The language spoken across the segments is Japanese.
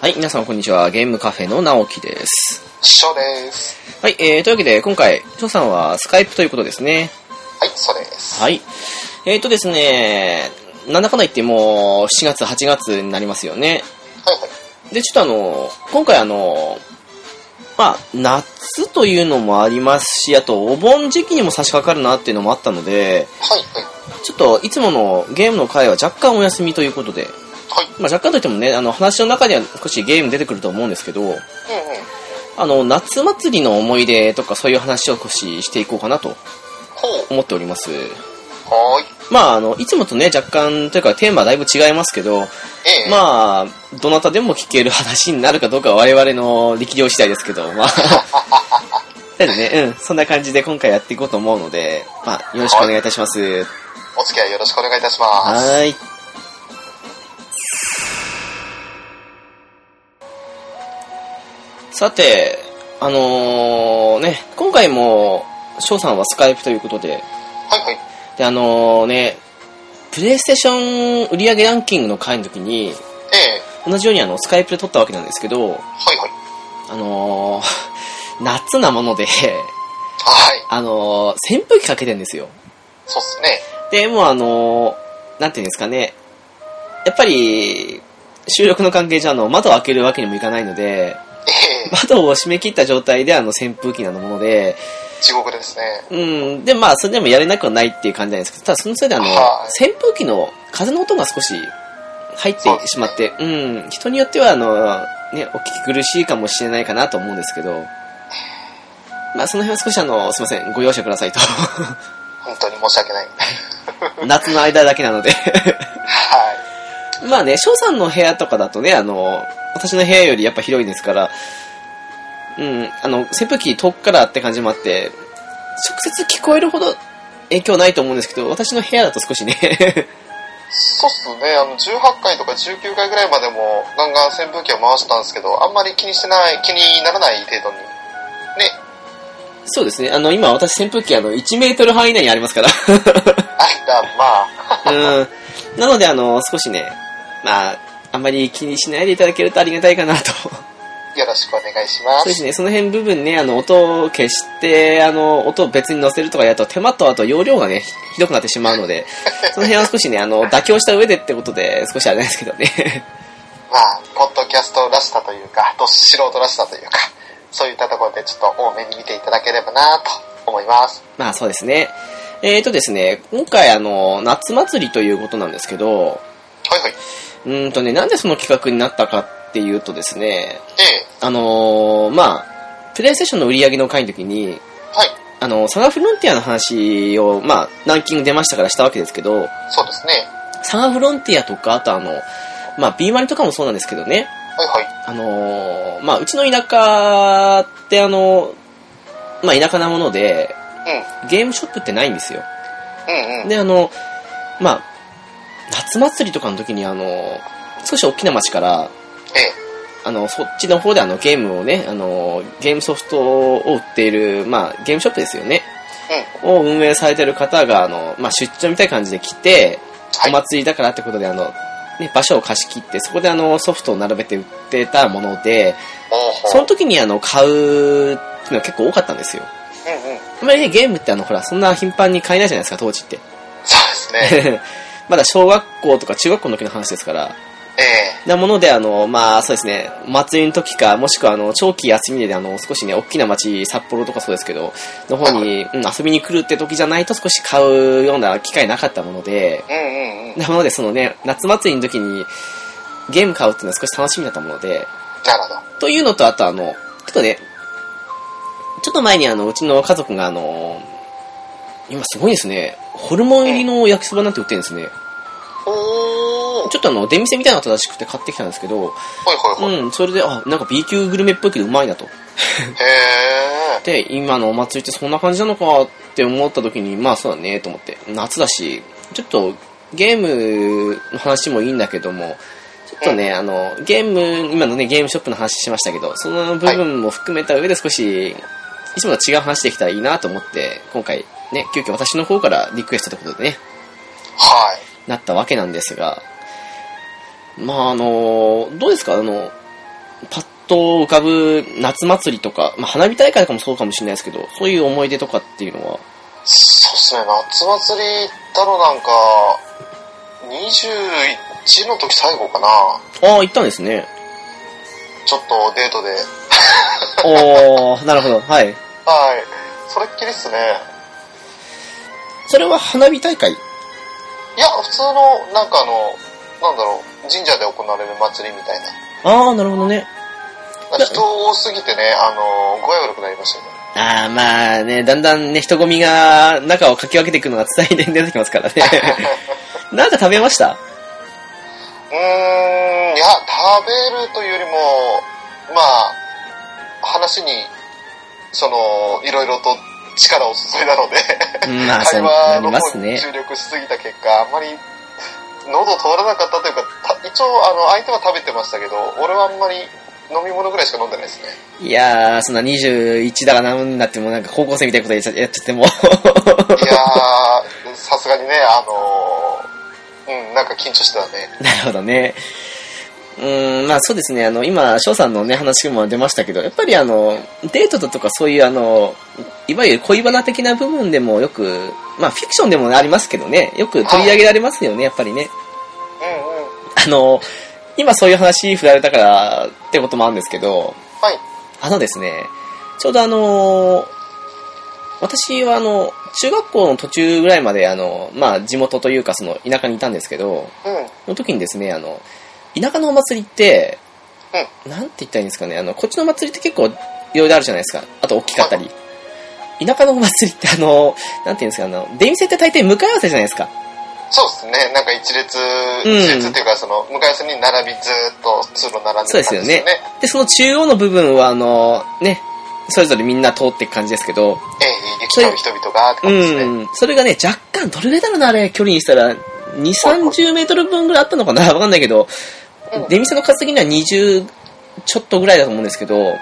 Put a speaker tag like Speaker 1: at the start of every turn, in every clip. Speaker 1: はい、皆さんこんにちは。ゲームカフェの直樹です。
Speaker 2: ショーです。
Speaker 1: はい、えー、というわけで、今回、翔さんはスカイプということですね。
Speaker 2: はい、そうです。
Speaker 1: はい。えーとですね、なんだかんだ言ってもう、7月、8月になりますよね。
Speaker 2: はいはい。
Speaker 1: で、ちょっとあの、今回あの、まあ、夏というのもありますし、あと、お盆時期にも差し掛かるなっていうのもあったので、
Speaker 2: はいはい。
Speaker 1: ちょっと、いつものゲームの回は若干お休みということで、
Speaker 2: はい。
Speaker 1: まあ、若干といってもね、あの、話の中には少しゲーム出てくると思うんですけど、
Speaker 2: うんうん。
Speaker 1: あの、夏祭りの思い出とかそういう話を少ししていこうかなと
Speaker 2: ほう。
Speaker 1: 思っております。
Speaker 2: はーい。
Speaker 1: まあ、あの、いつもとね、若干というかテーマはだいぶ違いますけど、
Speaker 2: ええあ。
Speaker 1: まあ、どなたでも聞ける話になるかどうかは我々の力量次第ですけど、まあ。だよね、うん、そんな感じで今回やっていこうと思うので、まあ、よろしくお願いいたします。
Speaker 2: お付き合いよろしくお願いいたします。
Speaker 1: はーい。さて、あのー、ね、今回も、翔さんはスカイプということで、
Speaker 2: はいはい。
Speaker 1: で、あのー、ね、プレイステーション売上ランキングの回の時に、
Speaker 2: ええ
Speaker 1: 同じようにあの、スカイプで撮ったわけなんですけど、
Speaker 2: はいはい。
Speaker 1: あのー、 夏なもので、
Speaker 2: はい。
Speaker 1: あのー、扇風機かけてんですよ。
Speaker 2: そうっすね。
Speaker 1: で、もうあのー、なんていうんですかね、やっぱり、収録の関係上、あの、窓を開けるわけにもいかないので、
Speaker 2: ええ
Speaker 1: 窓を閉め切った状態で、あの、扇風機なのもので、
Speaker 2: 地獄ですね。
Speaker 1: うん、で、まあ、それでもやれなくはないっていう感じなんですけど、ただそのせいで、あの、
Speaker 2: は
Speaker 1: 扇風機の風の音が少し入っ
Speaker 2: そうで
Speaker 1: て
Speaker 2: す
Speaker 1: し
Speaker 2: ね
Speaker 1: まって、うん、人によっては、あの、ね、お聞き苦しいかもしれないかなと思うんですけど、まあ、その辺は少し、あの、すいません、ご容赦くださいと。
Speaker 2: 本当に申し訳ない。
Speaker 1: 夏の間だけなので。
Speaker 2: はい。
Speaker 1: まあね、翔さんの部屋とかだとね、あの、私の部屋よりやっぱ広いですから、うん、あの、扇風機遠くからって感じもあって、直接聞こえるほど影響ないと思うんですけど、私の部屋だと少しね、
Speaker 2: そうっすね。あの、18回とか19回ぐらいまでも、ガンガン扇風機は回したんですけど、あんまり気にしてない、気にならない程度に。ね。
Speaker 1: そうですね、あの、今私扇風機あの、1メートル半以内にありますから。
Speaker 2: あれだ、まあ。
Speaker 1: うん。なのであの、少しね、まあ、あんまり気にしないでいただけるとありがたいかなと。
Speaker 2: よろしくお願いしま。
Speaker 1: そうですすね、その辺部分ね、あの、音を消して、あの、音を別に乗せるとかやると、手間とあと容量がね、ひひどくなってしまうので、その辺は少しね、あの、妥協した上でってことで、少しあれなんですけどね。
Speaker 2: まあ、ポッドキャストらしさというか、ど素人らしさというか、そういったところでちょっと多めに見ていただければなと思います。
Speaker 1: まあそうですね。えーとですね、今回あの、夏祭りということなんですけど、
Speaker 2: はいはい。
Speaker 1: うーんとね、なんでその企画になったかっていうとですね、
Speaker 2: ええ
Speaker 1: あのーまあ、プレイステーションの売り上げの回の時に、
Speaker 2: はい。
Speaker 1: あの、サガフロンティアの話を、まあ、ランキング出ましたからしたわけですけど、
Speaker 2: そうですね。
Speaker 1: サガフロンティアとか、あとあの、まあ、B マリとかもそうなんですけどね、
Speaker 2: はいはい。
Speaker 1: あのーまあ、うちの田舎ってあの、まあ、田舎なもので、ゲームショップってないんですよ。
Speaker 2: うん。うんうん。
Speaker 1: で、あの、まあ、夏祭りとかの時にあの、少し大きな町から、
Speaker 2: ええ
Speaker 1: あの、そっちの方であの、ゲームをね、あの、ゲームソフトを売っている、まあ、ゲームショップですよね。を運営されてる方が、あの、まあ、出張みたいな感じで来て、
Speaker 2: はい
Speaker 1: お祭りだからってことで、あの、ね、場所を貸し切って、そこであの、ソフトを並べて売ってたもので、
Speaker 2: おうほう
Speaker 1: その時にあの、買うっていうのは結構多かったんですよ。
Speaker 2: うんうん。
Speaker 1: あんまりね、ゲームってあの、ほら、そんな頻繁に買えないじゃないですか、当時って。
Speaker 2: そうですね。
Speaker 1: まだ小学校とか中学校の時の話ですから。
Speaker 2: ええ
Speaker 1: なもので、あの、まあ、そうですね、お祭りの時か、もしくは、あの、長期休みで、あの、少しね、大きな町、札幌とかそうですけど、の方に、うん、遊びに来るって時じゃないと少し買うような機会なかったもので、
Speaker 2: うんうんうん。
Speaker 1: なので、そのね、夏祭りの時に、ゲーム買うっていうのは少し楽しみだったもので、
Speaker 2: なるほど。
Speaker 1: というのと、あと、あの、ちょっとね、ちょっと前に、あの、うちの家族が、あの、今すごいですね、ホルモン入りの焼きそばなんて売ってるんですね。
Speaker 2: おー。
Speaker 1: ちょっとあの、出店みたいなのが正しくて買ってきたんですけど、
Speaker 2: ほいほいほい。へ
Speaker 1: うん、それで、あ、なんか B 級グルメっぽいけどうまいなと。
Speaker 2: え。
Speaker 1: で、今のお祭りってそんな感じなのかって思った時に、まあそうだねと思って、夏だし、ちょっとゲームの話もいいんだけども、ちょっとね、あの、ゲーム、今のね、ゲームショップの話しましたけど、その部分も含めた上で少し、いつもと違う話できたらいいなと思って、今回、ね、急遽私の方からリクエストということでね、
Speaker 2: はい。
Speaker 1: なったわけなんですが、まああの、どうですかあの、パッと浮かぶ夏祭りとか、まあ花火大会とかもそうかもしれないですけど、そういう思い出とかっていうのは、
Speaker 2: そうですね、夏祭り行ったのなんか、21の時最後かな。
Speaker 1: ああ、行ったんですね。
Speaker 2: ちょっとデートで。
Speaker 1: おー、なるほど。はい。
Speaker 2: はい。それっきりっすね。
Speaker 1: それは花火大会
Speaker 2: いや、普通の、なんかあの、なんだろう、神社で行われる祭りみたいな。
Speaker 1: ああ、なるほどね。
Speaker 2: 人多すぎてね、あの、具合悪くなりましたよね。
Speaker 1: ああ、まあね、だんだんね、人混みが中をかき分けていくのが伝えで出てきますからね。なんか食べました
Speaker 2: うーん、いや、食べるというよりも、まあ、話に、その、いろいろと力を注いだので、
Speaker 1: うんまあ、そ
Speaker 2: 会
Speaker 1: うな
Speaker 2: 話
Speaker 1: り
Speaker 2: の
Speaker 1: ま
Speaker 2: 方
Speaker 1: す
Speaker 2: に
Speaker 1: ね。
Speaker 2: 注力しすぎた結果、あんまり喉通らなかったというか、た一応、あの、相手は食べてましたけど、俺はあんまり飲み物ぐらいしか飲んでないですね。
Speaker 1: いやー、そんな21だかなんだってもうなんか高校生みたいなことやっちゃやっちゃってもう。
Speaker 2: いやー、さすがにね、あのーうん、なんか緊張してたね。
Speaker 1: なるほどね。うーん、まあそうですね、あの、今、翔さんのね、話も出ましたけど、やっぱりあの、デートだとかそういうあの、いわゆる恋バナ的な部分でもよく、まあフィクションでもありますけどね、よく取り上げられますよね、やっぱりね。
Speaker 2: うんうん。
Speaker 1: あの、今そういう話振られたからってこともあるんですけど、
Speaker 2: はい。
Speaker 1: あのですね、ちょうどあの、私はあの、中学校の途中ぐらいまであの、まあ地元というかその田舎にいたんですけど、
Speaker 2: うん。
Speaker 1: その時にですね、あの、田舎のお祭りって、なんて言ったらいいんですかね、あの、こっちのお祭りって結構いろいろあるじゃないですか。あと大きかったり。田舎のお祭りってあの、なんて言うんですか、あの、出店って大体向かい合わせじゃないですか。
Speaker 2: そうですね、なんか一列、
Speaker 1: うん
Speaker 2: 一列っていうか、その、向かい合わせに並び、ずーっと通路並んでる感じですよね。
Speaker 1: で、その中央の部分はあの、ね、それぞれみんな通っていく感じですけど、
Speaker 2: ええ、行き交う人々が、って感じですね。
Speaker 1: うん、それがね、若干、どれぐらいだろうな、あれ、距離にしたら、2、30メートル分ぐらいあったのかな、わかんないけど
Speaker 2: うん、
Speaker 1: 出店の数的には20ちょっとぐらいだと思うんですけど、っ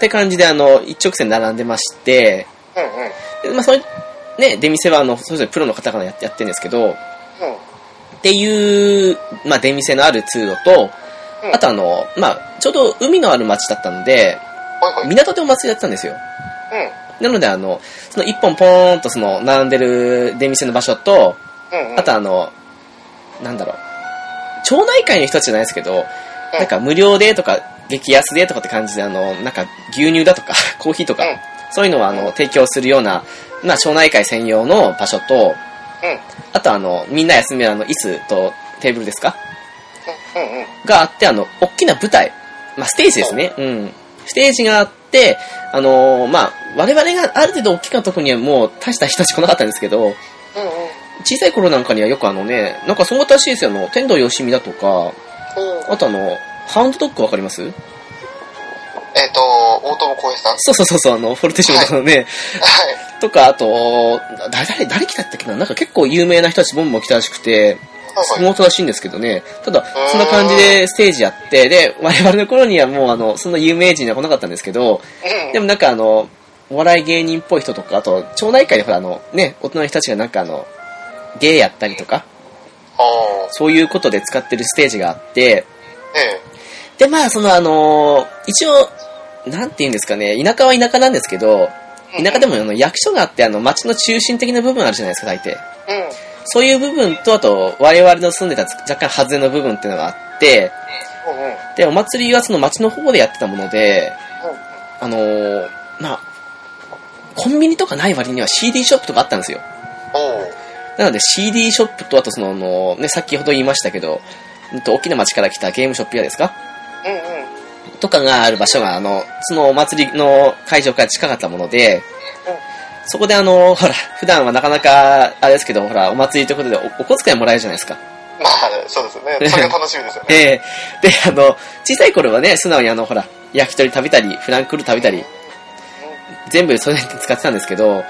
Speaker 1: て感じで、あの、一直線並んでまして、
Speaker 2: うんうん。
Speaker 1: でまあ、それ、ね、出店は、あの、それぞれプロの方がやってやってるんですけど、
Speaker 2: うん。
Speaker 1: っていう、まあ、出店のある通路と、
Speaker 2: うん
Speaker 1: あとあの、まあ、ちょうど海のある町だったので、
Speaker 2: はいはい。
Speaker 1: 港でお祭りやってたんですよ。
Speaker 2: うん。
Speaker 1: なので、あの、その一本ポーンとその、並んでる出店の場所と、
Speaker 2: うんうん。
Speaker 1: あとあの、なんだろう、町内会の人たちじゃないですけど、
Speaker 2: うん
Speaker 1: なんか無料でとか、激安でとかって感じで、あの、なんか牛乳だとか、 コーヒーとか、
Speaker 2: うん
Speaker 1: そういうのをあの、提供するような、まあ、町内会専用の場所と、
Speaker 2: うん。
Speaker 1: あとあの、みんな休みのあの、椅子とテーブルですか
Speaker 2: うんうんうん。
Speaker 1: があって、あの、大きな舞台、まあ、ステージですね。うん。ステージがあって、あのーまあ、我々がある程度大きなとこにはもう大した人たち来なかったんですけど、
Speaker 2: うんうん。
Speaker 1: 小さい頃なんかにはよくあのね、なんかその新しいですよ、あの、天童よしみだとか、
Speaker 2: おー
Speaker 1: あとあの、ハウンドドッグわかります
Speaker 2: えっ、と、大友康平さん。
Speaker 1: そうそうそうそう、あの、フォルテシモのね、
Speaker 2: はい。
Speaker 1: とか、あと、誰、誰、誰来たったっけななんか結構有名な人たちボンボン来たらしくて、
Speaker 2: は
Speaker 1: 相
Speaker 2: いはい。
Speaker 1: 撲らしいんですけどね。ただ、そんな感じでステージやって、で、我々の頃にはもうあの、そんな有名人は来なかったんですけど、
Speaker 2: うん。
Speaker 1: でもなんかあの、お笑い芸人っぽい人とか、あと、町内会でほらあの、ね、大人の人たちがなんかあの、芸やったりとか、
Speaker 2: あ
Speaker 1: そういうことで使ってるステージがあって、
Speaker 2: ーえ
Speaker 1: で、まあ、そのあの、一応、なんて言うんですかね、田舎は田舎なんですけど、
Speaker 2: え。
Speaker 1: 田舎でもあの役所があって、あの、町の中心的な部分あるじゃないですか、大抵。
Speaker 2: うん。うん。
Speaker 1: そういう部分と、あと、我々の住んでた若干外れの部分っていうのがあって、
Speaker 2: うんうん。うん。
Speaker 1: で、お祭りはその町の方でやってたもので、
Speaker 2: は
Speaker 1: あのーまあ、コンビニとかない割には CD ショップとかあったんですよ。
Speaker 2: おー
Speaker 1: なので CD ショップと、あとその、あのね、先ほど言いましたけど、うんと、大きな町から来たゲームショップ屋ですか
Speaker 2: うんうん。
Speaker 1: とかがある場所が、あの、そのお祭りの会場から近かったもので、
Speaker 2: うん
Speaker 1: そこであの、 ほら、普段はなかなか、あれですけど、ほら、お祭りということでおお小遣いもらえるじゃないですか。
Speaker 2: まあ、そうですよ ね。それが楽しみですよね。
Speaker 1: ええで、あの、小さい頃はね、素直にあの、ほら、焼き鳥食べたり、フランクフルト食べたり、全部それに使ってたんですけど、
Speaker 2: うんうん。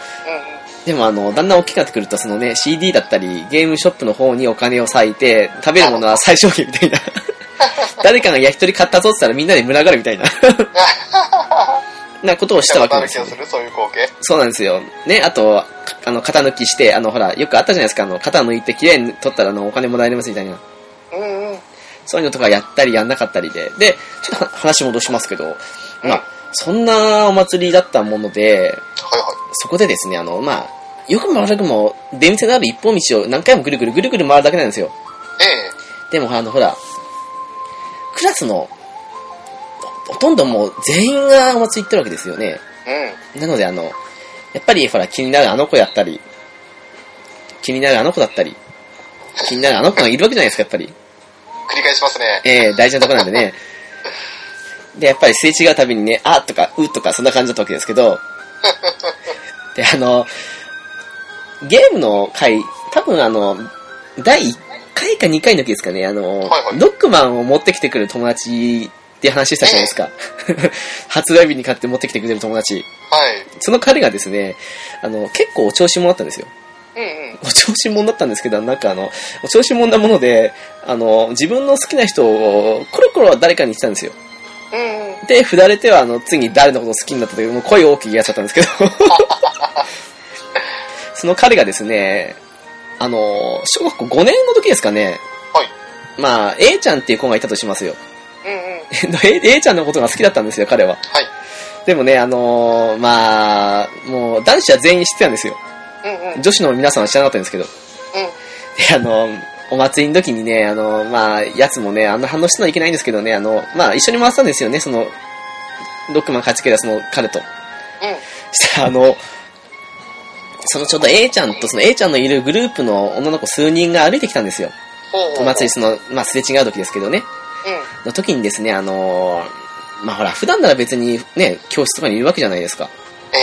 Speaker 1: でもあの、だんだん大きくなってくると、そのね、CD だったり、ゲームショップの方にお金を割いて、食べるものは最小限みたいな。誰かが焼き鳥買ったぞって言ったらみんなで群がるみたい ななことをしたわけ
Speaker 2: あ
Speaker 1: で
Speaker 2: る
Speaker 1: す
Speaker 2: 気
Speaker 1: よ
Speaker 2: が
Speaker 1: ね、
Speaker 2: するそういう光景。
Speaker 1: そうなんですよ。ね、あと、かあの、肩抜きして、あの、ほら、よくあったじゃないですか、あの、肩抜いて綺麗に取ったら、あの、お金もらえますみたいな。
Speaker 2: うんうん。
Speaker 1: そういうのとかやったりやんなかったりで。で、ちょっとは話戻しますけど、
Speaker 2: うん
Speaker 1: まあ、そんなお祭りだったもので、
Speaker 2: はいはい。
Speaker 1: そこでですね、あの、まあ、よくも悪くも、出店のある一本道を何回もぐるぐるぐるぐる回るだけなんですよ。
Speaker 2: え
Speaker 1: でも、あの、ほら、クラスの、ほほとんどもう全員がお祭り行ってるわけですよね。
Speaker 2: え
Speaker 1: なので、あの、やっぱり、ほら、気になるあの子やったり、気になるあの子だったり、気になるあの子がいるわけじゃないですか、やっぱり。
Speaker 2: うん。繰り返しますね。
Speaker 1: ええ大事なとこなんでね。で、やっぱりすれ違うたびにね、あとか、うとか、そんな感じだったわけですけど、で、あの、ゲームの回、多分あの、第1回か2回の時ですかね、あの、
Speaker 2: はいはい
Speaker 1: ロックマンを持ってきてくる友達って話したじゃないですか。 発売日に買って持ってきてくれる友達。
Speaker 2: はい。
Speaker 1: その彼がですね、あの、結構お調子者だったんですよ。
Speaker 2: うんうん。
Speaker 1: お調子者だったんですけど、なんかあの、お調子者なもので、あの、自分の好きな人を、コロコロ誰かに言ってたんですよ。
Speaker 2: うんうん。
Speaker 1: で、振られては、あの、次に誰のことを好きになったという、もう恋大きいやつだったんですけど、その彼がですね、あの、小学校5年の時ですかね、
Speaker 2: はい。
Speaker 1: まあ、A ちゃんっていう子がいたとしますよ。
Speaker 2: うんうん。
Speaker 1: A, A ちゃんのことが好きだったんですよ、彼は。
Speaker 2: はい。
Speaker 1: でもね、あのまあ、もう男子は全員知ってたんですよ。
Speaker 2: うんうん。
Speaker 1: 女子の皆さんは知らなかったんですけど。 で、あの、お祭りの時にね、あの、まあ、やつもね、あの反応したのはいけないんですけどね、あの、まあ、一緒に回したんですよね、その、ロックマン勝ちけたその彼と。
Speaker 2: うん。うん。
Speaker 1: したら、あの、そのちょうど A ちゃんとその A ちゃんのいるグループの女の子数人が歩いてきたんですよ。
Speaker 2: ほうほう。
Speaker 1: お祭り、その、まあ、すれ違う時ですけどね。
Speaker 2: うん。
Speaker 1: の時にですね、あの、まあ、ほら、普段なら別にね、教室とかにいるわけじゃないですか。
Speaker 2: え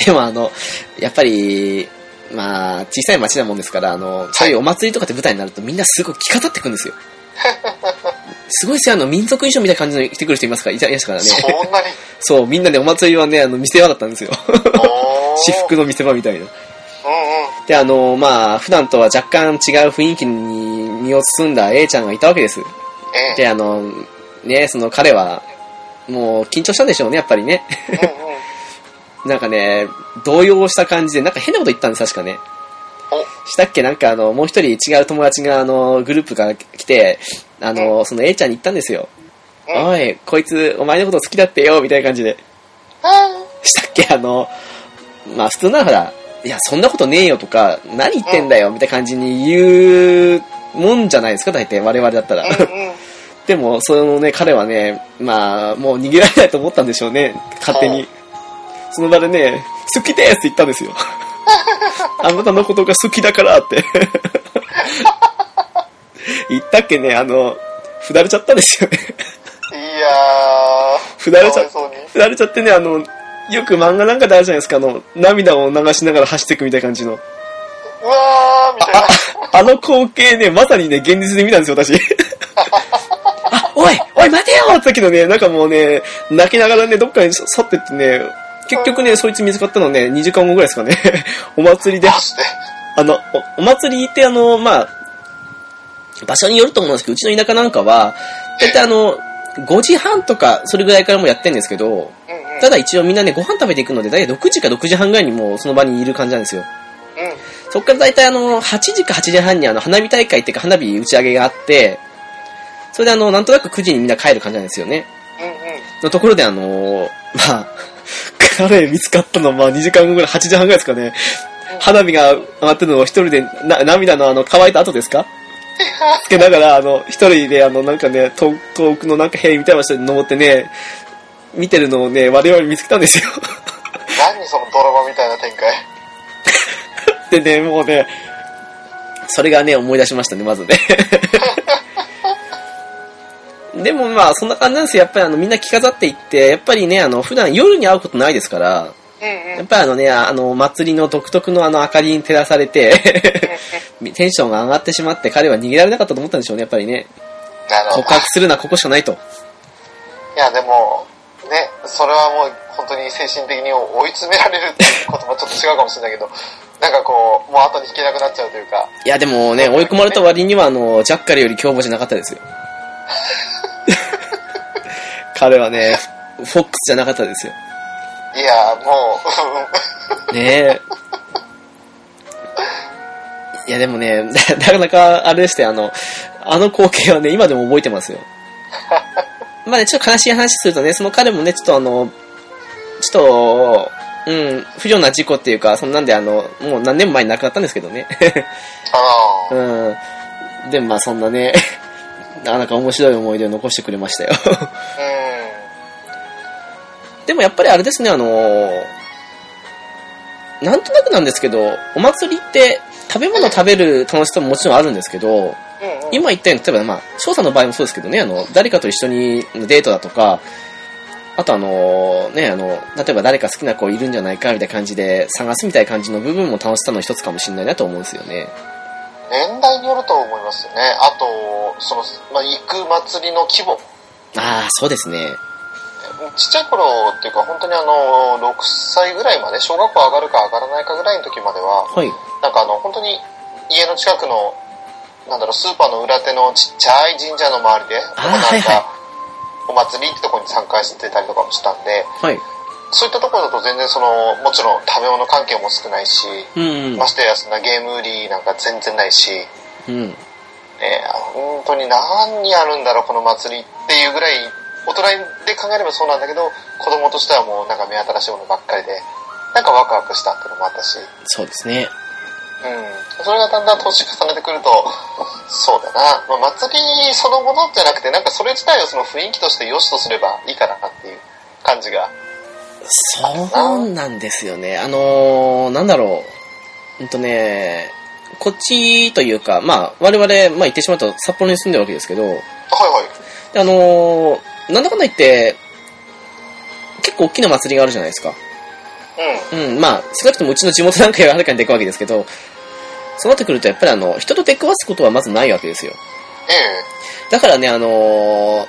Speaker 2: え
Speaker 1: でもあの、やっぱり、まあ、小さい町なもんですから、あの、そういうお祭りとかって舞台になるとみんなすごい着飾ってくん ですよ。すごいですよ、あの、民族衣装みたいな感じの着てくる人いますから、いたいましたからね。
Speaker 2: そん なに。
Speaker 1: そう、みんなね、お祭りはね、あの、見せ場だったん ですよ。
Speaker 2: おー
Speaker 1: 私服。の見せ場みたいな。
Speaker 2: うんうん。
Speaker 1: で、あの、まあ、普段とは若干違う雰囲気に身を包んだ A ちゃんがいたわけです。
Speaker 2: ええ
Speaker 1: で、あの、ね、その彼は、もう緊張したんでしょうね、やっぱりね。
Speaker 2: うんうん。
Speaker 1: なんかね、動揺した感じで、なんか変なこと言ったんです、確かね。
Speaker 2: お、
Speaker 1: したっけなんかあの、もう一人違う友達が、あの、グループが来て、あの、その A ちゃんに言ったんですよ。
Speaker 2: うん
Speaker 1: おい、こいつ、お前のこと好きだってよ、みたいな感じで。
Speaker 2: あ
Speaker 1: したっけあの、まあ普通ならほら、いや、そんなことねえよとか、何言ってんだよ、みたいな感じに言うもんじゃないですか、大体、我々だったら。
Speaker 2: ーうんうん。
Speaker 1: でも、そのね、彼はね、まあ、もう逃げられないと思ったんでしょうね、勝手
Speaker 2: は
Speaker 1: に。その場でね、好きですって言ったんですよ。あなたのことが好きだからって。言ったっけね、あの、ふだれちゃったんですよね。
Speaker 2: いやー。
Speaker 1: ふだれちゃ
Speaker 2: かわいそうに。
Speaker 1: ふだれちゃってね、あの、よく漫画なんかであるじゃないですか、あの、涙を流しながら走っていくみたいな感じの。
Speaker 2: うわーみたいな。
Speaker 1: あの光景ね、まさにね、現実で見たんですよ、私。 あ、おい、おい、待てよって時のね、なんかもうね、泣きながらね、どっかに去去ってってね、結局ね、そいつ見つかったのね、2時間後ぐらいですかね。 お祭りで
Speaker 2: マ、ジで。
Speaker 1: あの、おお祭りってあの、まあ、場所によると思うんですけど、うちの田舎なんかは、大体あの、5時半とか、それぐらいからもうやってんですけど、
Speaker 2: うんうん。
Speaker 1: ただ一応みんなね、ご飯食べていくので、大体6時か6時半ぐらいにもうその場にいる感じなんですよ。
Speaker 2: うん。
Speaker 1: そっから大体あの、8時か8時半にあの、花火大会っていうか花火打ち上げがあって、それであの、なんとなく9時にみんな帰る感じなんですよね。
Speaker 2: うんうん。
Speaker 1: のところであの、まあ、 彼見つかったの、まあ2時間後ぐらい、8時半ぐらいですかね。花火が上がってるのを一人で、な、涙のあの、乾いた後ですかつけながら、あの、一人であの、なんかね、遠遠くのなんか塀みたいな場所に登ってね、見てるのをね、我々見つけたんですよ。
Speaker 2: 何そのドラマみたいな展開。
Speaker 1: でね、もうね、それがね、思い出しましたね、まずね。 でもまあ、そんな感じなんですよ。やっぱりあの、みんな着飾っていって、やっぱりね、あの、普段夜に会うことないですから、
Speaker 2: うんう
Speaker 1: やっ
Speaker 2: ん。
Speaker 1: ぱりあのね、あの、祭りの独特のあの、明かりに照らされて、 テンションが上がってしまって、彼は逃げられなかったと思ったんでしょうね、やっぱりね。
Speaker 2: なるほ
Speaker 1: 告
Speaker 2: ど。
Speaker 1: 白するな、ここしかないと。
Speaker 2: いや、でも、ね、それはもう本当に精神的に追い詰められるっていう言葉ちょっと違うかもしれないけど、なんかこう、もう後に引けなくなっちゃうというか、
Speaker 1: いや、でもね、追い込まれた割には、あの、ジャッカルより凶暴じゃなかったですよ。彼はね、フォックスじゃなかったですよ。
Speaker 2: いやーもう、
Speaker 1: ねえ。いや、でもね、 ななかなかあれでして、あの、あの光景はね、今でも覚えてますよ。まあね、ちょっと悲しい話するとね、その彼もね、ちょっとあの、ちょっと、うん、不慮な事故っていうか、そんなんであの、もう何年も前に亡くなったんですけどね。
Speaker 2: あの、
Speaker 1: うん。で、まあそんなね、 なかなか面白い思い出を残してくれましたよ。
Speaker 2: う
Speaker 1: でもやっぱりあれですね、あのーなんとなくなんですけど、お祭りって食べ物食べる楽しさももちろんあるんですけど、
Speaker 2: ん。うん、うん。
Speaker 1: 今言ったように、例えばまあ、翔さんの場合もそうですけどね、あの、誰かと一緒にデートだとか、あとあのーね、あの、例えば誰か好きな子いるんじゃないかみたいな感じで探すみたいな感じの部分も楽しさの一つかもしれないなと思うんですよね。
Speaker 2: 年代によると思いますよね。あと、その、まあ、行く祭りの規模。
Speaker 1: ああ、そうですね。
Speaker 2: ちっちゃい頃っていうか、本当にあの、6歳ぐらいまで、小学校上がるか上がらないかぐらいの時までは、
Speaker 1: はい。
Speaker 2: なんかあの、本当に家の近くの、なんだろう、スーパーの裏手のちっちゃい神社の周りで、
Speaker 1: あー
Speaker 2: なんか、
Speaker 1: はいはい
Speaker 2: お祭りってとこに参加してたりとかもしたんで、
Speaker 1: はい。
Speaker 2: そういったところだと全然その、もちろん食べ物関係も少ないし、
Speaker 1: うん
Speaker 2: ま。してやそんなゲーム売りなんか全然ないし、ね、
Speaker 1: うん。
Speaker 2: 本当に何やるんだろう、この祭りっていうぐらい、大人で考えればそうなんだけど、子供としてはもうなんか目新しいものばっかりで、なんかワクワクしたっていうのもあったし、
Speaker 1: そうですね。
Speaker 2: うん。それがだんだん年重ねてくると、そうだな、まあ、祭りそのものじゃなくて、なんかそれ自体をその雰囲気として良しとすればいいかなっていう感じが。
Speaker 1: そうなんですよね。あのー、なんだろう。うんとね、こっちというか、まあ、我々、まあ言ってしまうと札幌に住んでるわけですけど、
Speaker 2: はいはい。
Speaker 1: であのー、なんだかんだ言って、結構大きな祭りがあるじゃないですか。
Speaker 2: うん。
Speaker 1: うん、まあ、少なくともうちの地元なんかよりはるかにでくわけですけど、そうなってくると、やっぱりあの、人と出くわすことはまずないわけですよ。
Speaker 2: ええ。
Speaker 1: だからね、あのー、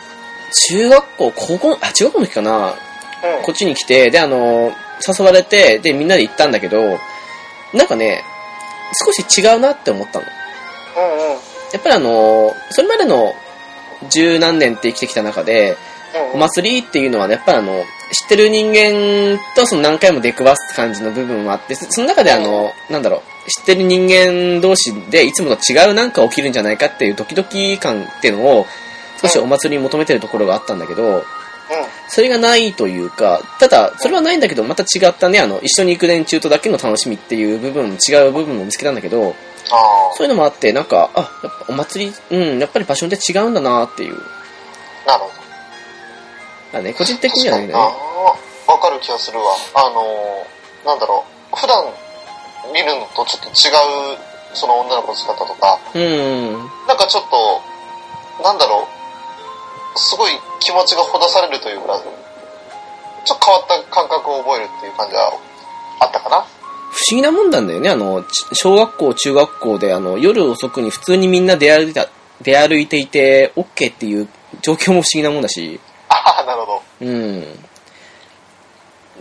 Speaker 1: 中学校、高校、あ、中学校の時かな、
Speaker 2: うん。
Speaker 1: こっちに来て、で、あの、誘われて、で、みんなで行ったんだけど、なんかね、少し違うなって思ったの。や
Speaker 2: うんうん。
Speaker 1: っぱりあの、それまでの十何年って生きてきた中で、
Speaker 2: うん
Speaker 1: お
Speaker 2: うん。
Speaker 1: 祭りっていうのはね、やっぱりあの、知ってる人間とその何回も出くわす感じの部分もあって、そその中であの、なんだろう、知ってる人間同士でいつもと違うなんか起きるんじゃないかっていうドキドキ感っていうのを、少しお祭りに求めてるところがあったんだけど、それがないというか、ただ、それはないんだけど、また違ったね、あの、一緒に行く連中とだけの楽しみっていう部分、違う部分も見つけたんだけど、
Speaker 2: ああ
Speaker 1: そういうのもあって、なんか、あ、やっぱお祭り、うん、やっぱり場所によって違うんだなっていう。
Speaker 2: ー、なるほど。
Speaker 1: まあね、個人的にはね、
Speaker 2: 確かなわかる気がするわ。あのー、なんだろう。普段見るのとちょっと違う、その女の子の姿とか、
Speaker 1: うん、
Speaker 2: なんかちょっと、なんだろう。すごい気持ちがほだされるというか、ちょっと変わった感覚を覚えるっていう感じはあったかな。
Speaker 1: 不思議なもんなんだよね、あの、ち小学校、中学校で、あの、夜遅くに普通にみんな出歩いた、出歩いていて、OK っていう状況も不思議なもんだし、
Speaker 2: ああ、なるほど。
Speaker 1: うん。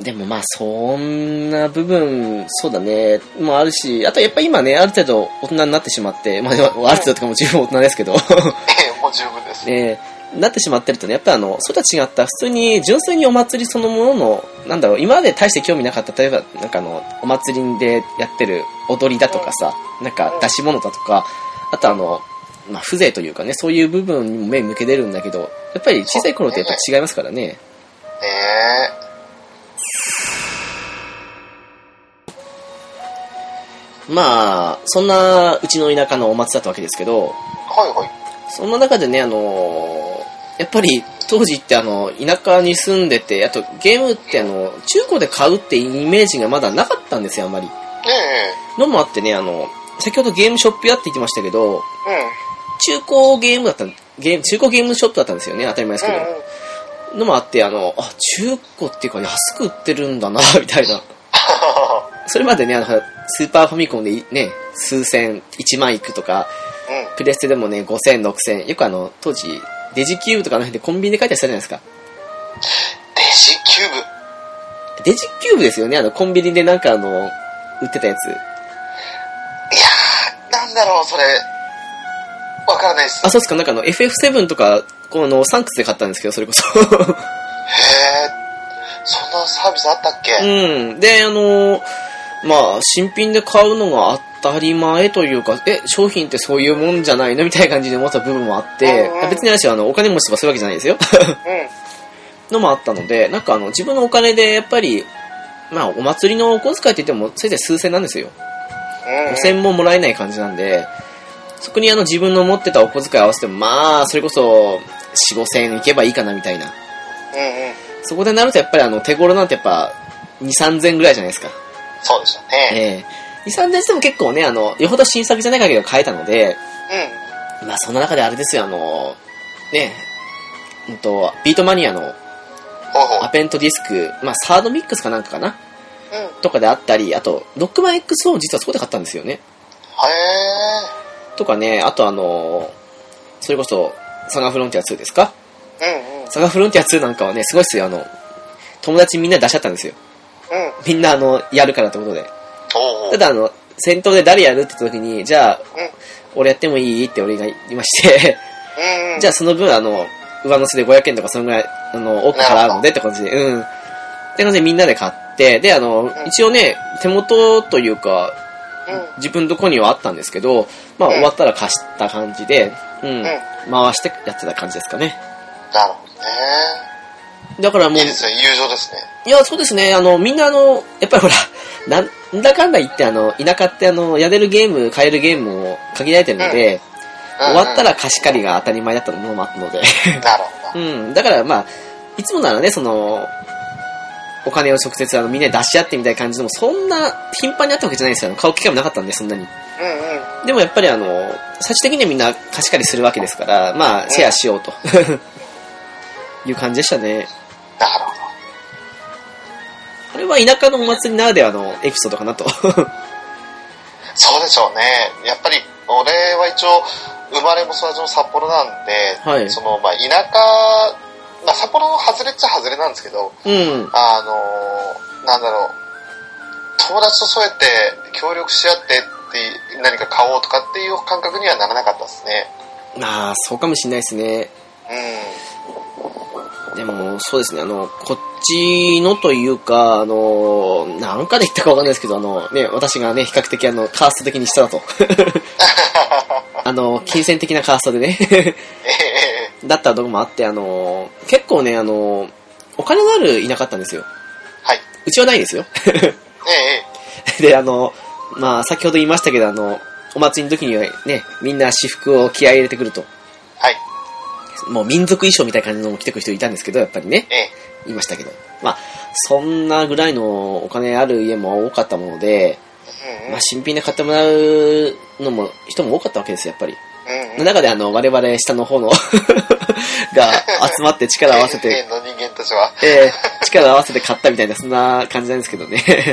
Speaker 1: でもまあそんな部分、そうだね、もあるし、あとやっぱ今ね、ある程度大人になってしまって、まあ、ある程度とかも十分大人ですけど、
Speaker 2: ええ、もう十分です。
Speaker 1: ねえ、なってしまってるとね、やっぱあの、それとは違った、普通に純粋にお祭りそのものの、なんだろう、今まで大して興味なかった、例えばなんかあの、お祭りでやってる踊りだとかさ、なんか出し物だとか、あとあの、まあ風情というかね、そういう部分にも目向けれるんだけど、やっぱり小さい頃ってやっぱ違いますからね。
Speaker 2: ねえ。
Speaker 1: まあ、そんなうちの田舎のお祭りだったわけですけど、
Speaker 2: はいはい。
Speaker 1: そんな中でね、あのーやっぱり当時ってあの、田舎に住んでて、あとゲームってあの、中古で買うってイメージがまだなかったんですよ、あんまり。
Speaker 2: ええ。
Speaker 1: のもあってね、あの、先ほどゲームショップ屋って言ってましたけど、
Speaker 2: うん。
Speaker 1: 中古ゲームだった、ゲーム、中古ゲームショップだったんですよね、当たり前ですけ
Speaker 2: うん
Speaker 1: ど。
Speaker 2: うん。
Speaker 1: のもあって、あの、あ、中古っていうか安く売ってるんだな、みたいな。それまでね、あの、スーパーファミコンでいね、数千、1万いくとか、
Speaker 2: うん。
Speaker 1: プレステでもね、5000、6000、よくあの、当時、デジキューブとかあの辺でコンビニで書いてあったりしたじゃないで
Speaker 2: デジキューブ。
Speaker 1: すか。デジキューブですよね、あの、コンビニでなんかあの、売ってたやつ。
Speaker 2: なんだろう、それ。わからないっす。
Speaker 1: あ、そうっすか、なんかあの、FF7 とか、この、サンクスで買ったんですけど、それこそ。
Speaker 2: へえ、そんなサービスあったっけ、うん、
Speaker 1: うん。で、あのーまあ、新品で買うのが当たり前というか、え、商品ってそういうもんじゃないのみたいな感じで思った部分もあって
Speaker 2: うんうん、
Speaker 1: 別に私はあの、お金持ちとかそういうわけじゃないですよ。のもあったので、なんかあの、自分のお金でやっぱり、まあ、お祭りのお小遣いって言っても、せいぜい数千なんですよ。
Speaker 2: うん。
Speaker 1: 5000ももらえない感じなんで、そこにあの、自分の持ってたお小遣い合わせても、まあ、それこそ、4、5000円いけばいいかなみたいな。
Speaker 2: うんうん。
Speaker 1: そこでなるとやっぱりあの、手頃なんてやっぱ、2、3000ぐらいじゃないですか。
Speaker 2: そうでしたね。
Speaker 1: ええ2、3000しても結構ね、あの、よほど新作じゃない限りは買えたので、
Speaker 2: うん。
Speaker 1: まあその中であれですよ、あの、ね、うんと、ビートマニアの
Speaker 2: ほうほ
Speaker 1: アペントディスク、まあサードミックスかなんかかな
Speaker 2: う。うん。へ
Speaker 1: とかであったり、あと、ロックマン X を実はそこで買ったんですよね。とかね、あとあの、それこそ、サガフロンティア2ですか
Speaker 2: え。うんうん。
Speaker 1: サガフロンティア2なんかはね、すごいっすよ、あの、友達みんなで出しちゃったんですよ。
Speaker 2: うん。
Speaker 1: みんなあの、やるからってことで。
Speaker 2: ほうほう。
Speaker 1: ただあの、戦闘で誰やるって言った時に、じゃあ、
Speaker 2: うん。
Speaker 1: 俺やってもいいって俺が言いまして、
Speaker 2: うんうん。
Speaker 1: じゃあその分あの、上乗せで500円とかそのぐらい、あの、多く払うのでって感じで、うん。って感じでみんなで買って、であの、一応ね、手元というか、
Speaker 2: うん。
Speaker 1: 自分のとこにはあったんですけど、まあ
Speaker 2: うん
Speaker 1: 終わったら貸した感じで、うん
Speaker 2: うん。。
Speaker 1: 回してやってた感じですかね。
Speaker 2: なるほどね。
Speaker 1: だからもう、
Speaker 2: いいですね。友情ですね。
Speaker 1: いや、そうですね。あの、みんなあの、やっぱりほら、なんだかんだ言ってあの、田舎ってあの、やれるゲーム、買えるゲームも限られてるので、
Speaker 2: うんうん
Speaker 1: 終わったら貸し借りが当たり前だったものもあったので。
Speaker 2: なるほ ど。
Speaker 1: うん。だからまあ、いつもならね、その、お金を直接あの、みんなで出し合ってみたいな感じでも、そんな頻繁にあったわけじゃないですよ。あの買う機会もなかったんで、そんなに。
Speaker 2: うんうん。
Speaker 1: でもやっぱりあの、最終的にはみんな貸し借りするわけですから、まあ、シェアしようと。 いう感じでしたね。
Speaker 2: なるほど。
Speaker 1: これは田舎のお祭りならではのエピソードかなと。
Speaker 2: そうでしょうね。やっぱり、俺は一応、生まれも育ちも札幌なんで、
Speaker 1: はい
Speaker 2: その、まあ、田舎、まあ、札幌の外れっちゃ外れなんですけど、
Speaker 1: うん。
Speaker 2: あのーなんだろう、友達とそうやって協力し合ってって、何か買おうとかっていう感覚にはならなかったですね。
Speaker 1: まあ、そうかもしれないですね。
Speaker 2: う
Speaker 1: でも、そうですね、あの、こっちのというか、あの、なんかで言ったかわかんないですけど、あの、ね、私がね、比較的あの、カースト的に下だと。あの、金銭的なカーストでね、
Speaker 2: ん。ええ
Speaker 1: だったとこもあって、あの、結構ね、あの、お金のある田舎だったんですよ。
Speaker 2: はい。
Speaker 1: うちはないですよ。
Speaker 2: ええ
Speaker 1: で、あの、まあ、先ほど言いましたけど、あの、お祭りの時にはね、みんな私服を気合い入れてくると。
Speaker 2: はい。
Speaker 1: もう民族衣装みたいな感じのも着てくる人いたんですけど、やっぱりね。
Speaker 2: ええ
Speaker 1: 言いましたけど。まあ、そんなぐらいのお金ある家も多かったもので、
Speaker 2: うん
Speaker 1: まあ、新品で買ってもらうのも、人も多かったわけですよ、やっぱり。
Speaker 2: うん。うん
Speaker 1: の中で、あの、我々下の方の 、が集まって力を合わせ
Speaker 2: ええ
Speaker 1: て、
Speaker 2: の人間たちは。
Speaker 1: えー力を合わせて買ったみたいな、そんな感じなんですけどね。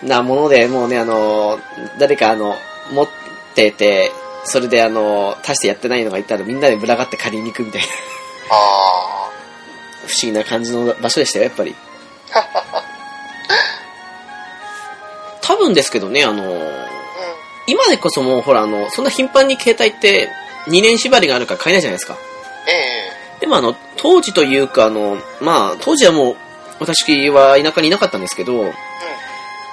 Speaker 2: うんうん。
Speaker 1: なもので、もうね、あの、誰かあの、持ってて、それであの、足してやってないのがいたらみんなで群がって借りに行くみたいな、
Speaker 2: あ
Speaker 1: 不思議な感じの場所でしたよ、やっぱり。 多分ですけどね、あの、
Speaker 2: あ。う
Speaker 1: 今でこそもうほらあの、そんな頻繁に携帯って2年縛りがあるから買えないじゃないですか。
Speaker 2: ん。ええ
Speaker 1: でもあの、当時というかあの、まあ当時はもう私は田舎にいなかったんですけど、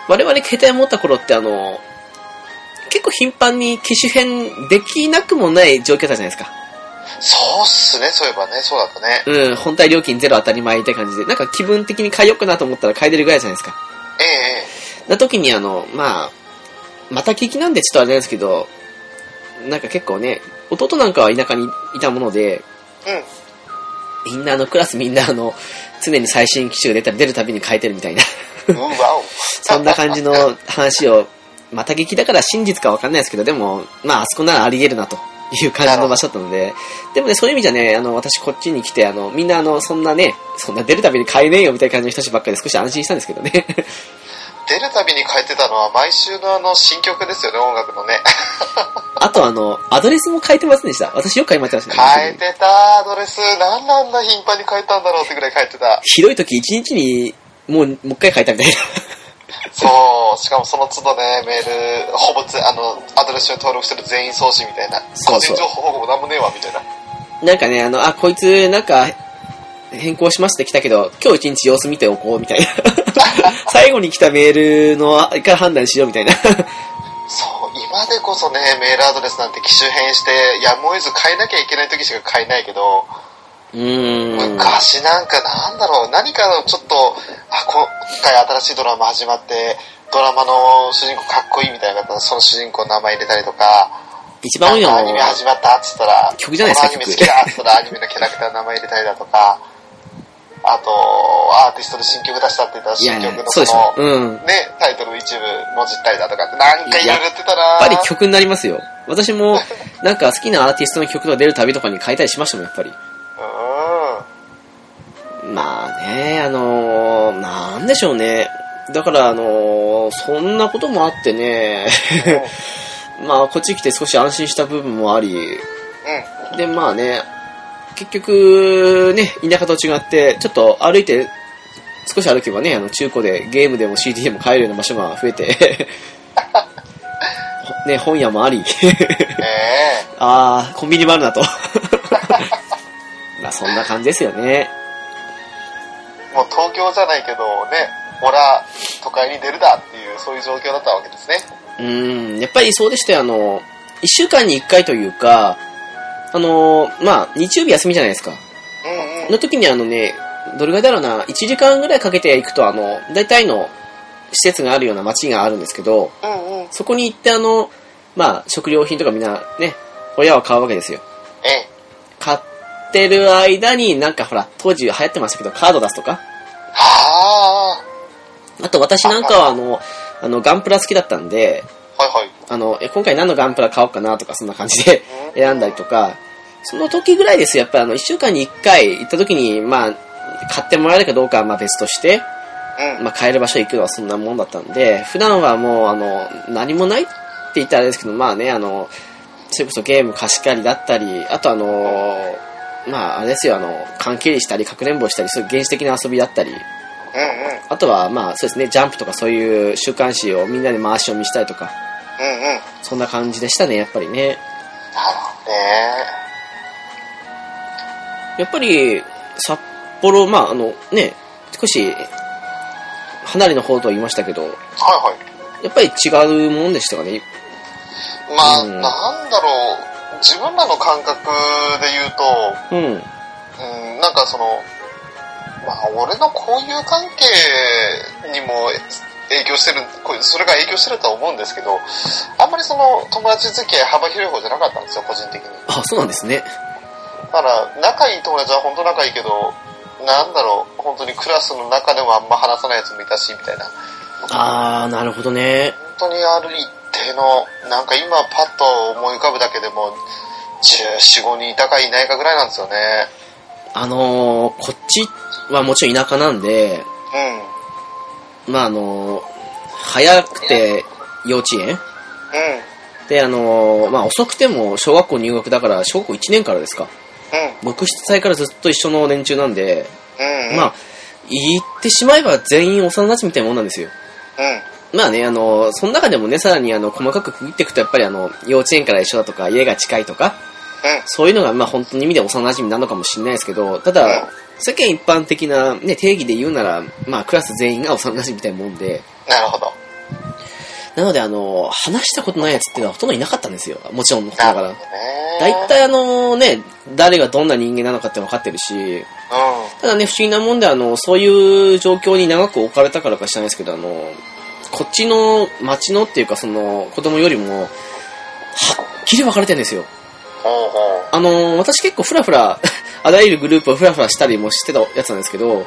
Speaker 1: 我々携帯持った頃ってあの、結構頻繁に機種変できなくもない状況だったじゃないですか。
Speaker 2: そうっすね、そういえばね、そうだったね。
Speaker 1: うん、本体料金ゼロ当たり前って感じで、なんか気分的に変えようかなと思ったら変えれるぐらいじゃないですか。
Speaker 2: ええ
Speaker 1: な時にあの、まあ、また聞きなんでちょっとあれなんですけど、なんか結構ね、弟なんかは田舎にいたもので、
Speaker 2: ええ
Speaker 1: みんなあのクラスみんなあの、常に最新機種が出た出るたびに変えてるみたいな、
Speaker 2: うん。うわお。
Speaker 1: そんな感じの話を、また劇だから真実かわかんないですけど、でも、まああそこならあり得るなという感じの場所だったので、でもね、そういう意味じゃね、あの、私こっちに来て、あの、みんなあの、そんなね、そんな出るたびに変えねえよみたいな感じの人たちばっかりで少し安心したんですけどね。
Speaker 2: 出るたびに変えてたのは毎週のあの新曲ですよね、音楽のね。
Speaker 1: あとあの、アドレスも変えてませんでした。私よく変えましたね。
Speaker 2: 変えてた、アドレス。なんであんな頻繁に変えたんだろうってぐらい変えてた。
Speaker 1: ひどい時一日に、もう、もう一回変えたみたいな。
Speaker 2: そう、しかもその都度ね、メール、ほぼつ、あの、アドレスに登録してる全員送信みたいな。
Speaker 1: そうそう
Speaker 2: 個人情報保護もなんもねえわ、みたいな。
Speaker 1: なんかね、あの、あ、こいつ、なんか、変更しますって来たけど、今日一日様子見ておこう、みたい な。最後に来たメールの、から判断しよう、みた いな。
Speaker 2: そう、今でこそね、メールアドレスなんて機種変して、やむを得ず変えなきゃいけない時しか変えないけど、
Speaker 1: うーん。
Speaker 2: 昔なんかなんだろう、何かのちょっと、あ、今回新しいドラマ始まって、ドラマの主人公かっこいいみたいな方、その主人公の名前入れたりとか、
Speaker 1: 一番多いの
Speaker 2: なんかアニメ
Speaker 1: は、
Speaker 2: 始まったっつったら、
Speaker 1: 曲じゃないですか
Speaker 2: このアニメ好きだっつったら、アニメのキャラクターの名前入れたりだとか、あと、アーティストで新曲出したって言ったら、
Speaker 1: いや
Speaker 2: 新
Speaker 1: い
Speaker 2: 曲
Speaker 1: や
Speaker 2: の、
Speaker 1: そうで
Speaker 2: こ
Speaker 1: しょ。
Speaker 2: の、
Speaker 1: うん。
Speaker 2: ね、タイトルの一部文字ったりだとか、なんかいろいろやってたら、
Speaker 1: やっぱり曲になりますよ。私も、なんか好きなアーティストの曲が出るたびとかに変えたりしましたもん、やっぱり。
Speaker 2: うん。
Speaker 1: まあね、あのー、なんでしょうね。だから、あのー、そんなこともあってね、まあ、こっち来て少し安心した部分もあり、
Speaker 2: う
Speaker 1: で、まあね、結局、ね、田舎と違って、ちょっと歩いて、少し歩けばね、あの、中古でゲームでも CD でも買えるような場所が増えて、 ね、本屋もあり、
Speaker 2: ん。ね
Speaker 1: あー、コンビニもあるなと。 まあ、そんな感じですよね。
Speaker 2: え。もう東京じゃないけど、ね、俺は都会に出るだっていう、そういう状況だったわけですね。
Speaker 1: うーん、やっぱりそうでしたよ、あの、一週間に一回というか、あの、まあ、日曜日休みじゃないですか。
Speaker 2: うんうん。
Speaker 1: の時にあのね、どれぐらいだろうな、1時間ぐらいかけて行くと、あの、大体の施設があるような街があるんですけど、
Speaker 2: うんうん。
Speaker 1: そこに行ってあの、まあ、食料品とかみんなね、親は買うわけですよ。
Speaker 2: ええ。
Speaker 1: 買ってる間になんかほら、当時流行ってましたけど、カード出すとか。
Speaker 2: は
Speaker 1: あと私なんかはあの、あの、ガンプラ好きだったんで、
Speaker 2: あ。はいはい。
Speaker 1: あの、え今回何のガンプラ買おうかなとか、そんな感じで選んだりとか、その時ぐらいですよ、やっぱりあの、一週間に1回行った時に、まあ、買ってもらえるかどうかはまあ別として、
Speaker 2: うん。
Speaker 1: まあ買える場所行くのはそんなもんだったんで、普段はもう、あの、何もないって言ったらあれですけど、まあね、あの、それこそゲーム貸し借りだったり、あとあの、まああれですよ、あの、関係したり、かくれんぼしたり、そういう原始的な遊びだったり、
Speaker 2: うんうん。
Speaker 1: あとはまあそうですね、ジャンプとかそういう週刊誌をみんなで回し読みしたりとか、
Speaker 2: うんうん。
Speaker 1: そんな感じでしたね、やっぱりね。
Speaker 2: なるほどね。
Speaker 1: やっぱり、札幌、まあ、あの、ね、少し、離れの方と言いましたけど、
Speaker 2: はいはい。
Speaker 1: やっぱり違うもんでしたかね。
Speaker 2: まあ、
Speaker 1: うん
Speaker 2: なんだろう。自分らの感覚で言うと、
Speaker 1: うん。
Speaker 2: うん、なんかその、まあ、俺の交友関係にも影響してる、こうそれが影響してるとは思うんですけど、あんまりその友達付き合い幅広い方じゃなかったんですよ、個人的に。
Speaker 1: あ、そうなんですね。
Speaker 2: だから、仲いい友達は本当仲いいけど、なんだろう、本当にクラスの中でもあんま話さないやつもいたし、みたいな。
Speaker 1: あー、なるほどね。
Speaker 2: 本当にある一定の、なんか今パッと思い浮かぶだけでも、14、5人いたかいないかぐらいなんですよね。
Speaker 1: あのー、こっちはもちろん田舎なんで、
Speaker 2: うん。
Speaker 1: まあ、あのー、早くて幼稚園
Speaker 2: うん。
Speaker 1: で、あのー、まあ、遅くても小学校入学だから、小学校1年からですか。
Speaker 2: うん。
Speaker 1: 6、7歳からずっと一緒の連中なんで、
Speaker 2: うん。うん
Speaker 1: まあ、言ってしまえば全員幼馴染みたいなもんなんですよ。
Speaker 2: うん。
Speaker 1: まあね、あの、その中でもね、さらにあの、細かく区切っていくと、やっぱりあの、幼稚園から一緒だとか、家が近いとか、
Speaker 2: うん。
Speaker 1: そういうのが、まあ本当に意味で幼馴染なのかもしれないですけど、ただ、世間一般的な、ね、定義で言うなら、まあクラス全員が幼馴染みたいなもんで、
Speaker 2: なるほど。
Speaker 1: なのであの、話したことないやつっていうのはほとんどいなかったんですよ。もちろんのこと
Speaker 2: な
Speaker 1: だ
Speaker 2: る
Speaker 1: か
Speaker 2: ほど
Speaker 1: ら
Speaker 2: ね。。
Speaker 1: 大体あのね、誰がどんな人間なのかって分かってるし、ただね、不思議なもんで、あの、そういう状況に長く置かれたからか知らないですけど、あの、こっちの町のっていうか、その、子供よりも、はっきり分かれてるんですよ。
Speaker 2: うん。ほうほ
Speaker 1: あの、私結構フラフラ、 あらゆるグループをフラフラしたりもしてたやつなんですけど、
Speaker 2: う。うん。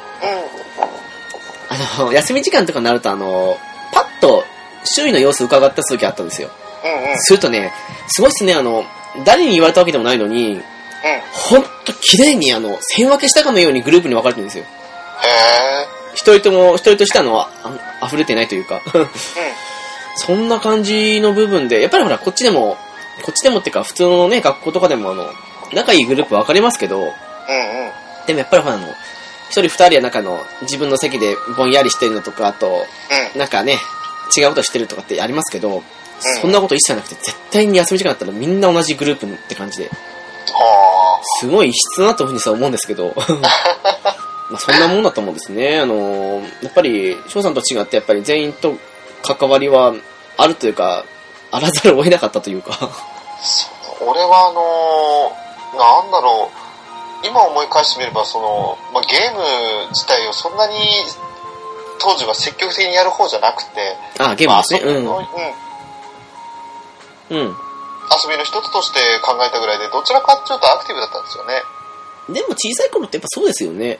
Speaker 1: あの、 休み時間とかになると、あの、パッと、周囲の様子伺った時あったんですよ。
Speaker 2: うんうん。
Speaker 1: するとね、すごいっすね、あの、誰に言われたわけでもないのに、
Speaker 2: うん。へ
Speaker 1: ほんと綺麗に、あの、線分けしたかのようにグループに分かれてるんですよ。
Speaker 2: え。
Speaker 1: 一人とも、一人としてあの、ああ溢れてないというか、
Speaker 2: うん。
Speaker 1: そんな感じの部分で、やっぱりほら、こっちでも、こっちでもっていうか、普通のね、学校とかでもあの、仲いいグループ分かれますけど、
Speaker 2: うんうん。
Speaker 1: でもやっぱりほら、あの、一人二人はなんかあの、自分の席でぼんやりしてるのとか、あと、なんかね、違うことしてるとかってありますけど、そんなこと一切なくて、絶対に休み時間だったらみんな同じグループって感じで、
Speaker 2: うん。は
Speaker 1: すごい異質だなというふうにさ、思うんですけど、まあ、そんなもんだと思うんですね。あのーやっぱり、翔さんと違って、やっぱり全員と関わりはあるというか、あらざるを得なかったというか。
Speaker 2: 俺はあのーなんだろう、今思い返してみれば、その、まあ、ゲーム自体をそんなに当時は積極的にやる方じゃなくて、
Speaker 1: あ、ゲームですね。う
Speaker 2: まあ遊
Speaker 1: ん
Speaker 2: びの。うん、
Speaker 1: うん。
Speaker 2: 遊びの一つとして考えたぐらいで、どちらかっていうとアクティブだったんですよね。
Speaker 1: でも小さい頃ってやっぱそうですよね。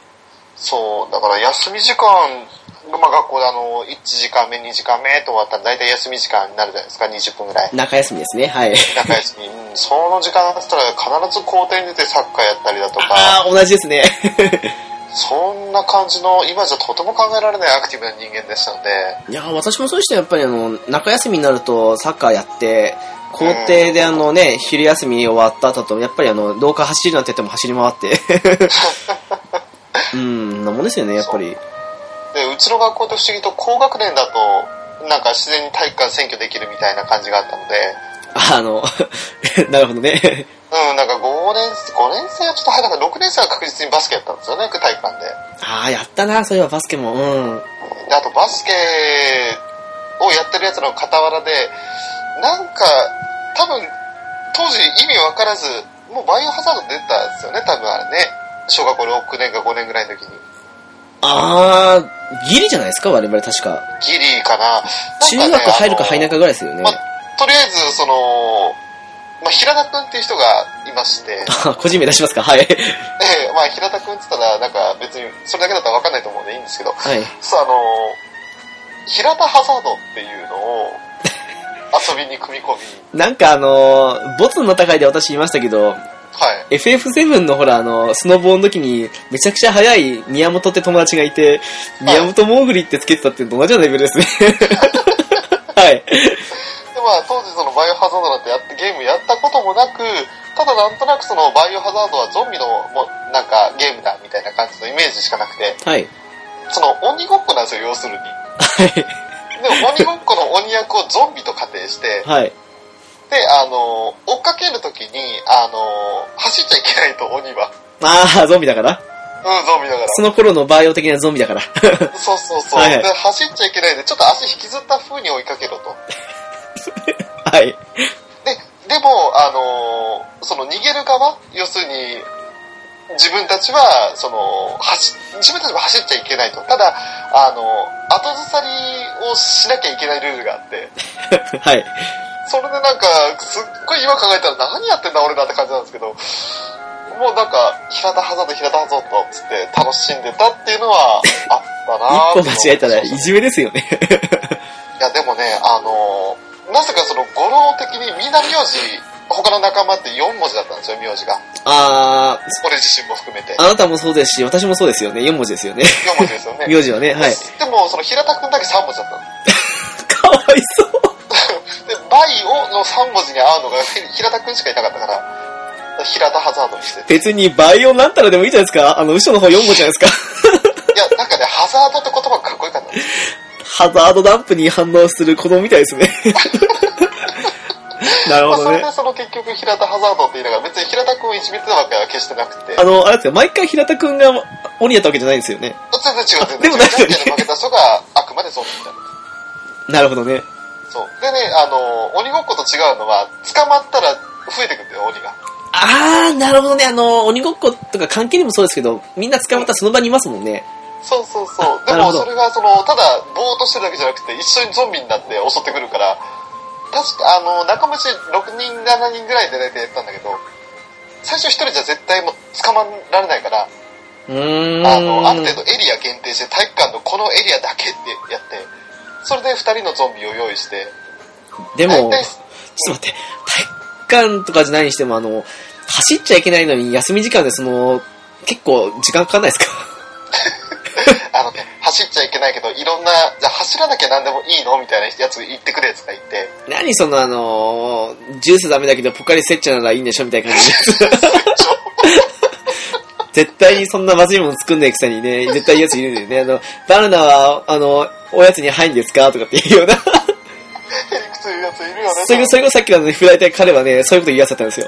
Speaker 2: そう、だから休み時間、まあ、学校であの、1時間目、2時間目と終わったら大体休み時間になるじゃないですか、20分ぐらい。
Speaker 1: 中休みですね。はい。
Speaker 2: 中休み。うん、その時間だったら必ず校庭に出てサッカーやったりだとか、
Speaker 1: ああ、同じですね。
Speaker 2: そんな感じの、今じゃとても考えられないアクティブな人間でしたので、
Speaker 1: いやー、私もそうでしたよやっぱりあの、中休みになるとサッカーやって、校庭であのね、昼休み終わった後と、やっぱりあの、廊下走るなんて言っても走り回って。 うん、なもんですよね、やっぱり。
Speaker 2: で、うちの学校って不思議と高学年だと、なんか自然に体育館占拠できるみたいな感じがあったので、
Speaker 1: ああの、 なるほどね。
Speaker 2: うん、なんか5年、5年生はちょっと早かった、6年生は確実にバスケやったんですよね、体育館で。
Speaker 1: ああ、やったな、そういえばバスケも。うん。
Speaker 2: であとバスケをやってるやつの傍らでなんか多分当時意味わからずもうバイオハザード出てたんですよね多分あれね小学校6年か5年ぐらいの時に
Speaker 1: ああ、ギリじゃないですか、我々確か。
Speaker 2: ギリかな
Speaker 1: 中学
Speaker 2: なんかね
Speaker 1: 入るか入らない
Speaker 2: あの
Speaker 1: かぐらいですよね
Speaker 2: ま。とりあえずその、まあ、平田君っていう人がいまして、え
Speaker 1: あ、 個人名出しますか、はい。
Speaker 2: え まあ、平田君って言ったらなんか別にそれだけだったらわかんないと思うんでいいんですけど
Speaker 1: はい。
Speaker 2: そうあの平田ハザードっていうのを遊びに組み込み
Speaker 1: なんかあのーボツの戦いで私言いましたけど、
Speaker 2: はい。
Speaker 1: FF7 のほら、あの、スノボの時に、めちゃくちゃ速い宮本って友達がいて、宮本モーグリってつけてたって同じようなレベルですね。 はい。
Speaker 2: で、まあ、当時そのバイオハザードなんてやってゲームやったこともなく、ただなんとなくそのバイオハザードはゾンビのもうなんかゲームだみたいな感じのイメージしかなくて、
Speaker 1: はい。
Speaker 2: その鬼ごっこなんですよ、要するに。
Speaker 1: はい。
Speaker 2: でも鬼ごっこの鬼役をゾンビと仮定して、
Speaker 1: はい。
Speaker 2: で、あの、追っかけるときに、あの、走っちゃいけないと鬼は。
Speaker 1: ああ、ゾンビだから。
Speaker 2: うん、ゾンビだから。
Speaker 1: その頃のバイオ的なゾンビだから。
Speaker 2: そうそうそう。
Speaker 1: はいはい
Speaker 2: で、走っちゃいけないで、ちょっと足引きずった風に追いかけろと。
Speaker 1: はい。
Speaker 2: で、でも、あのーその逃げる側、要するに、自分たちは、その、走、自分たちは走っちゃいけないと。ただ、あの後ずさりをしなきゃいけないルールがあって、
Speaker 1: はい。
Speaker 2: それでなんか、すっごい今考えたら何やってんだ俺らって感じなんですけど、もうなんか、平田ハザード、平田ハザードっつって楽しんでたっていうのはあったな
Speaker 1: 一
Speaker 2: ー
Speaker 1: 歩間違えたらいじめですよね。
Speaker 2: いや、でもね、あのーなぜかその語呂的にみんな名字、他の仲間って4文字だったんですよ、名字が。
Speaker 1: あ
Speaker 2: 俺自身も含めて。
Speaker 1: あ、あなたもそうですし、私もそうですよね。4文字ですよね。
Speaker 2: 4文字ですよね。
Speaker 1: 名字はね、はい。
Speaker 2: でも、その平田くんだけ3文字だっ
Speaker 1: か
Speaker 2: たん
Speaker 1: わいそう。
Speaker 2: です。で、バイオの3文字に合うのがひ平田くんしかいなかったから、平田ハザードにしてて。
Speaker 1: 別にバイオなんたらでもいいじゃないですか。あの、後ろの方4文字じゃないですか。
Speaker 2: いや、なんかね、ハザードって言葉がかっこよかったんです。
Speaker 1: ハザードダンプに反応する子供みたいです ね。なる
Speaker 2: まあ、
Speaker 1: ほど
Speaker 2: それ
Speaker 1: ね
Speaker 2: で。その結局平田ハザードって言いながら、別に平田くんをいじめてたわけは決してなくて、
Speaker 1: あの、あれですよ、毎回平田くんが鬼だったわけじゃないんですよね。
Speaker 2: 全然違う、全
Speaker 1: で
Speaker 2: 然違
Speaker 1: も
Speaker 2: う。
Speaker 1: ない
Speaker 2: じゃんけんで負けた人があくまでそうみたいな。
Speaker 1: なるほどね。
Speaker 2: そう。でね、あの、鬼ごっこと違うのは、捕まったら増えてくんだよ、鬼が。
Speaker 1: あー、なるほどね。あの、鬼ごっことか関係にもそうですけど、みんな捕まったらその場にいますもんね。
Speaker 2: そうそうそう。で
Speaker 1: なるほ
Speaker 2: も
Speaker 1: ど
Speaker 2: それがその、ただ、ぼーっとしてるだけじゃなくて、一緒にゾンビになって襲ってくるから、確か、あの、仲間内6人、7人ぐらいで大体やったんだけど、最初一人じゃ絶対もう捕まられないから、
Speaker 1: うーん。
Speaker 2: あの、ある程度エリア限定して体育館のこのエリアだけってやって、それで二人のゾンビを用意して、
Speaker 1: でも、
Speaker 2: 大体
Speaker 1: ちょっと待って、体育館とかじゃないにしても、あの、走っちゃいけないのに休み時間でその、結構時間かかんないですか
Speaker 2: あのね、走っちゃいけないけど、いろんな、じゃあ走らなきゃ何でもいいのみたいなやつ言ってくれとか言って、
Speaker 1: 何そのあのー、ジュースダメだけどポカリセッチャならいいんでしょみたいな感じで。絶対にそんなまずいもの作んないくせにね、絶対言うやついるんだよね。あの、バナナは、あの、おやつに入るんですかとかって言うような。
Speaker 2: ヘリクツ言うやついるよね。
Speaker 1: それこそれこそさっきのね、フライター彼はね、そういうこと言いやすかったんですよ。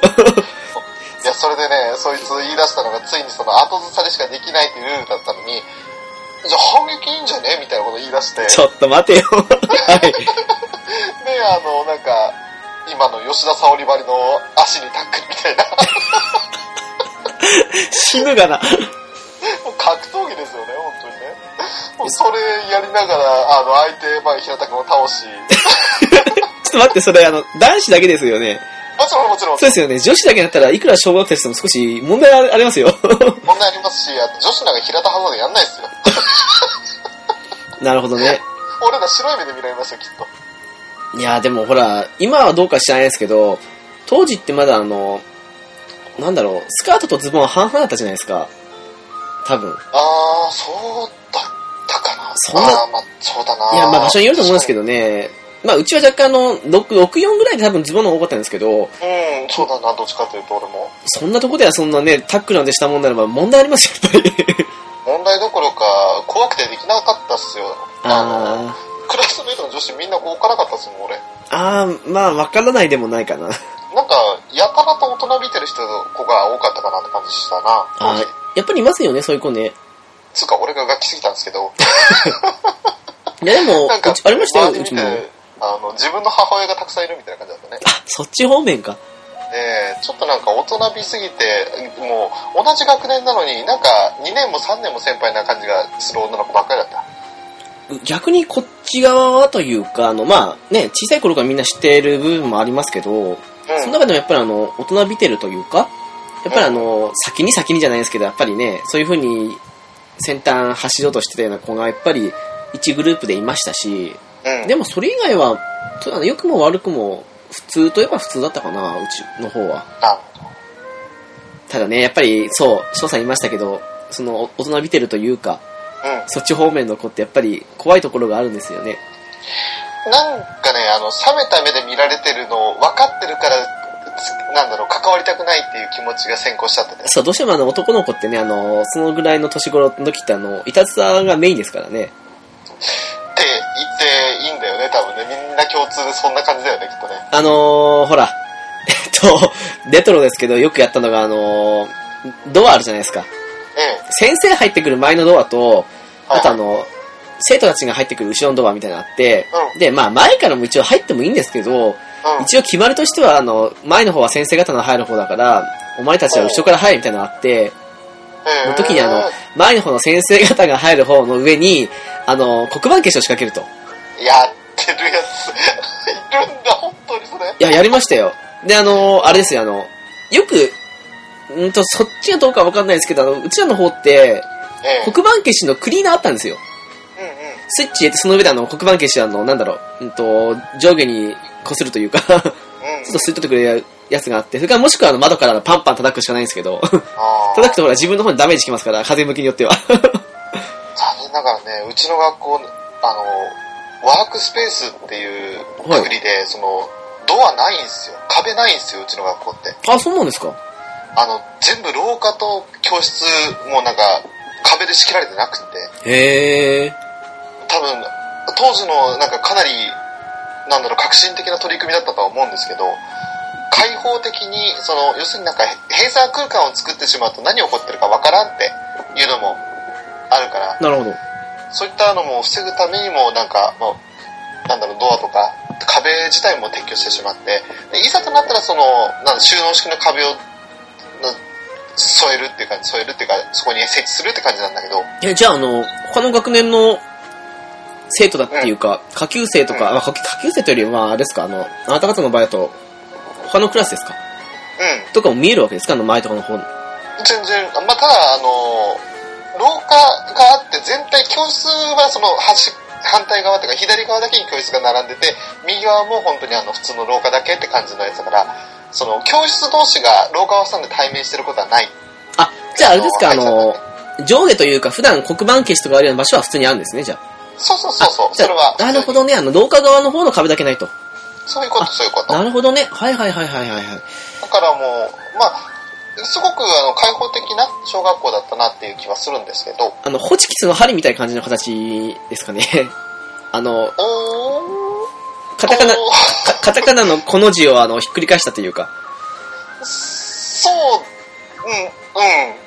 Speaker 2: いや、それでね、そいつ言い出したのが、ついにその後ずさりしかできないっていうルールだったのに、に、じゃあ反撃いいんじゃねみたいなこと言い出して、
Speaker 1: ちょっと待てよ。はい。
Speaker 2: で、あの、なんか、今の吉田沙織ばりの足にタックルみたいな、
Speaker 1: 死ぬがな。
Speaker 2: もう格闘技ですよね、本当にね。もうそれやりながら、あの、相手、まあ、平田君を倒し、
Speaker 1: ちょっと待って、それ、あの、男子だけですよね。
Speaker 2: もちろんもちろん
Speaker 1: そうですよね。女子だけだったらいくら小学生しても少し問題ありますよ。
Speaker 2: 問題ありますし、あと女子なんか平田ハザードやんないですよ。
Speaker 1: なるほどね。
Speaker 2: 俺ら白い目で見られましたよ、きっと。
Speaker 1: いや、でもほら、今はどうか知らないですけど、当時ってまだあの、なんだろう、スカートとズボンは半々だったじゃないですか。多分。
Speaker 2: あー、そうだったかな。
Speaker 1: そんな
Speaker 2: あーまあ、そうだな。
Speaker 1: いや、まあ場所によると思うんですけどね。まあうちは若干あの、6、64ぐらいで多分ズボンの方が多かったんですけど、
Speaker 2: 確かに。うん、そうだな、どっちかというと俺も。
Speaker 1: そんなとこではそんなね、タックルなんてしたもんならば問題ありますよ、やっぱり。
Speaker 2: 問題どころか、怖くてできなかったっすよ。の、
Speaker 1: あ
Speaker 2: クラスメートの女子みんな動かなかったっすもん、俺。
Speaker 1: ー、 あー、まあわからないでもないかな。
Speaker 2: なんか、やたらと大人びてる人の子が多かったかなって感じしたな、当
Speaker 1: あ
Speaker 2: 時。
Speaker 1: ーやっぱりいますよね、そういう子ね。
Speaker 2: つうか、俺がガキすぎたんですけど。
Speaker 1: いや、でも、
Speaker 2: なんか
Speaker 1: うち、ありましたよ、
Speaker 2: 周り
Speaker 1: う
Speaker 2: 見
Speaker 1: ち
Speaker 2: て
Speaker 1: も。
Speaker 2: あの、自分の母親がたくさんいるみたいな感じだったね。
Speaker 1: あ、そっち方面か。
Speaker 2: で、ちょっとなんか大人びすぎて、もう同じ学年なのになんか2年も3年も先輩な感じがする女の子ばっかりだった。
Speaker 1: 逆にこっち側はというか、あの、まあね、小さい頃からみんな知っている部分もありますけど、
Speaker 2: うん。
Speaker 1: その中でもやっぱりあの、大人びてるというか、やっぱりあの、先に先にじゃないですけど、やっぱりね、そういう風に先端走ろうとしてたような子がやっぱり1グループでいましたし、
Speaker 2: うん、
Speaker 1: でもそれ以外は、ただ良くも悪くも普通といえば普通だったかな、うちの方は。
Speaker 2: あ
Speaker 1: ただね、やっぱりそう、翔さん言いましたけど、その大人びてるというか、そっち方面の子ってやっぱり怖いところがあるんですよね。
Speaker 2: うん。なんかね、あの、冷めた目で見られてるのを分かってるから、つなんだろう、関わりたくないっていう気持ちが先行しちゃってて。
Speaker 1: そう、どうしてもあの男の子ってね、あの、そのぐらいの年頃の時ってあの、いたずらがメインですからね。
Speaker 2: って言っていいんだよね、多分ね。みんな共通でそんな感じだよね、きっとね。
Speaker 1: あのー、ほら、 えっと、レトロですけど、よくやったのがあのー、ドアあるじゃないですか。
Speaker 2: ええ。
Speaker 1: 先生入ってくる前のドアと、
Speaker 2: はい
Speaker 1: あとあの、生徒たちが入ってくる後ろのドアみたいなのあって、
Speaker 2: う
Speaker 1: で、まあ前からも一応入ってもいいんですけど、
Speaker 2: うん。
Speaker 1: 一応決まりとしては、あの、前の方は先生方の入る方だから、お前たちは後ろから入るみたいなのがあって、
Speaker 2: ええ
Speaker 1: の時にあの、前の方の先生方が入る方の上に、あの、黒板消しを仕掛けると。
Speaker 2: やってるやつ。いるんだ、本当にそれ。
Speaker 1: いや、やりましたよ。で、あの、あれですよ、あの、よく、うんと、そっちがどうかわかんないですけど、あの、うちらの方って、
Speaker 2: ええ。
Speaker 1: 黒板消しのクリーナーあったんですよ。
Speaker 2: うんうん。
Speaker 1: スイッチ入れて、その上であの、黒板消し、あの、なんだろう、うんと、上下に擦るというか、 ちょっ
Speaker 2: うん。
Speaker 1: と吸い取ってくれるやつがあって、それからもしくはあの、窓からあのパンパン叩くしかないんですけど、
Speaker 2: あー
Speaker 1: 叩くとほら、自分の方にダメージきますから、風向きによっては。
Speaker 2: 残念ながらね、うちの学校、あの、ワークスペースっていうくくりで、その、ドアないんすよ。壁ないんすよ、うちの学校って。
Speaker 1: あ、そうなんですか
Speaker 2: あの、全部廊下と教室、もうなんか、壁で仕切られてなくて、
Speaker 1: へえ。
Speaker 2: 多分、当時のなんかかなり、なんだろう、革新的な取り組みだったとは思うんですけど、開放的に、その、要するになんか閉鎖空間を作ってしまうと何起こってるかわからんっていうのもあるから、
Speaker 1: なるほど。
Speaker 2: そういったのも防ぐためにも、なんか、もう、なんだろう、ドアとか、壁自体も撤去してしまって、でいざとなったら、その、なんだ収納式の壁を、な添えるっていうか、添えるっていうか、そこに設置するって感じなんだけど、
Speaker 1: え、じゃあ、あの、他の学年の生徒だっていうか、下級生とか、
Speaker 2: うん
Speaker 1: まあ、下級下級生というよりは、まあ、あれですか、あの、あなた方の場合だと、他のクラスですか
Speaker 2: う
Speaker 1: とかも見えるわけですかあの前とかの方に。
Speaker 2: ん、全然、まあ、ただ、あの、廊下があって、全体、教室はその端、反対側というか、左側だけに教室が並んでて、右側も本当にあの、普通の廊下だけって感じのやつだから、その、教室同士が廊下を挟んで対面してることはない。
Speaker 1: あ、じゃああれですか、あ
Speaker 2: あの
Speaker 1: の、上下というか、普段黒板消しとかあるような場所は普通にあるんですね、じゃあ。
Speaker 2: そうそうそうそう、
Speaker 1: じゃ
Speaker 2: それは
Speaker 1: あ、。なるほどね、あの、廊下側の方の壁だけないと。
Speaker 2: そういうこと、
Speaker 1: あ
Speaker 2: そういうこと。だ
Speaker 1: なるほどね。はいはいはいはいはいはい。
Speaker 2: からもう、まあ、すごくあの開放的な小学校だったなっていう気はするんですけど、
Speaker 1: あの、ホチキスの針みたいな感じの形ですかね。 あの、
Speaker 2: おー
Speaker 1: カタカナ、
Speaker 2: おー
Speaker 1: かカタカナのこの字をあの、ひっくり返したというか。
Speaker 2: そう、うん、うん、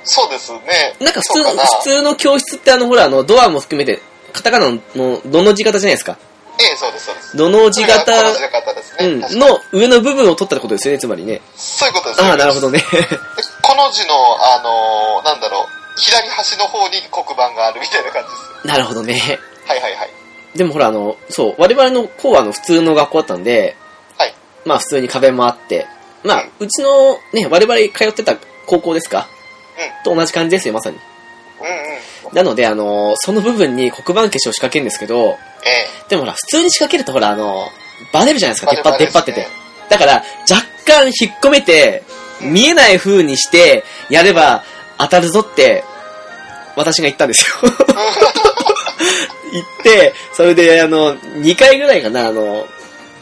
Speaker 2: そうですね。
Speaker 1: なんか普
Speaker 2: そ
Speaker 1: 通
Speaker 2: う
Speaker 1: の、
Speaker 2: かな
Speaker 1: 普通の教室ってあの、ほら、あの、ドアも含めて、カタカナの、どの字型じゃないですか。
Speaker 2: ええ、そうです、そうです。
Speaker 1: どの字型、
Speaker 2: これがこの字型ですね。
Speaker 1: うん、
Speaker 2: 確かに
Speaker 1: の上の部分を取ったってことですよね、つまりね。
Speaker 2: そういうことです。
Speaker 1: ああ、なるほどね。
Speaker 2: でこの字の、あのーなんだろう、左端の方に黒板があるみたいな感じですよ。
Speaker 1: なるほどね。
Speaker 2: はいはいはい。
Speaker 1: でもほら、あの、そう、我々の校はあの普通の学校だったんで、
Speaker 2: はい。
Speaker 1: まあ普通に壁もあって、まあ、うちのね、我々通ってた高校ですかと同じ感じですよ、まさに。
Speaker 2: うんうん。
Speaker 1: なので、あの、その部分に黒板消しを仕掛けるんですけど、
Speaker 2: ええ。
Speaker 1: でもほら、普通に仕掛けるとほら、あの、バレるじゃないですか、出っ張
Speaker 2: バ
Speaker 1: 出
Speaker 2: レ
Speaker 1: っ
Speaker 2: バ
Speaker 1: 張
Speaker 2: レ
Speaker 1: って
Speaker 2: で
Speaker 1: て
Speaker 2: すね。
Speaker 1: だから、若干引っ込めて、見えない風にして、やれば当たるぞって、私が言ったんですよ。 言って、それで、あの、2回ぐらいかな、あの、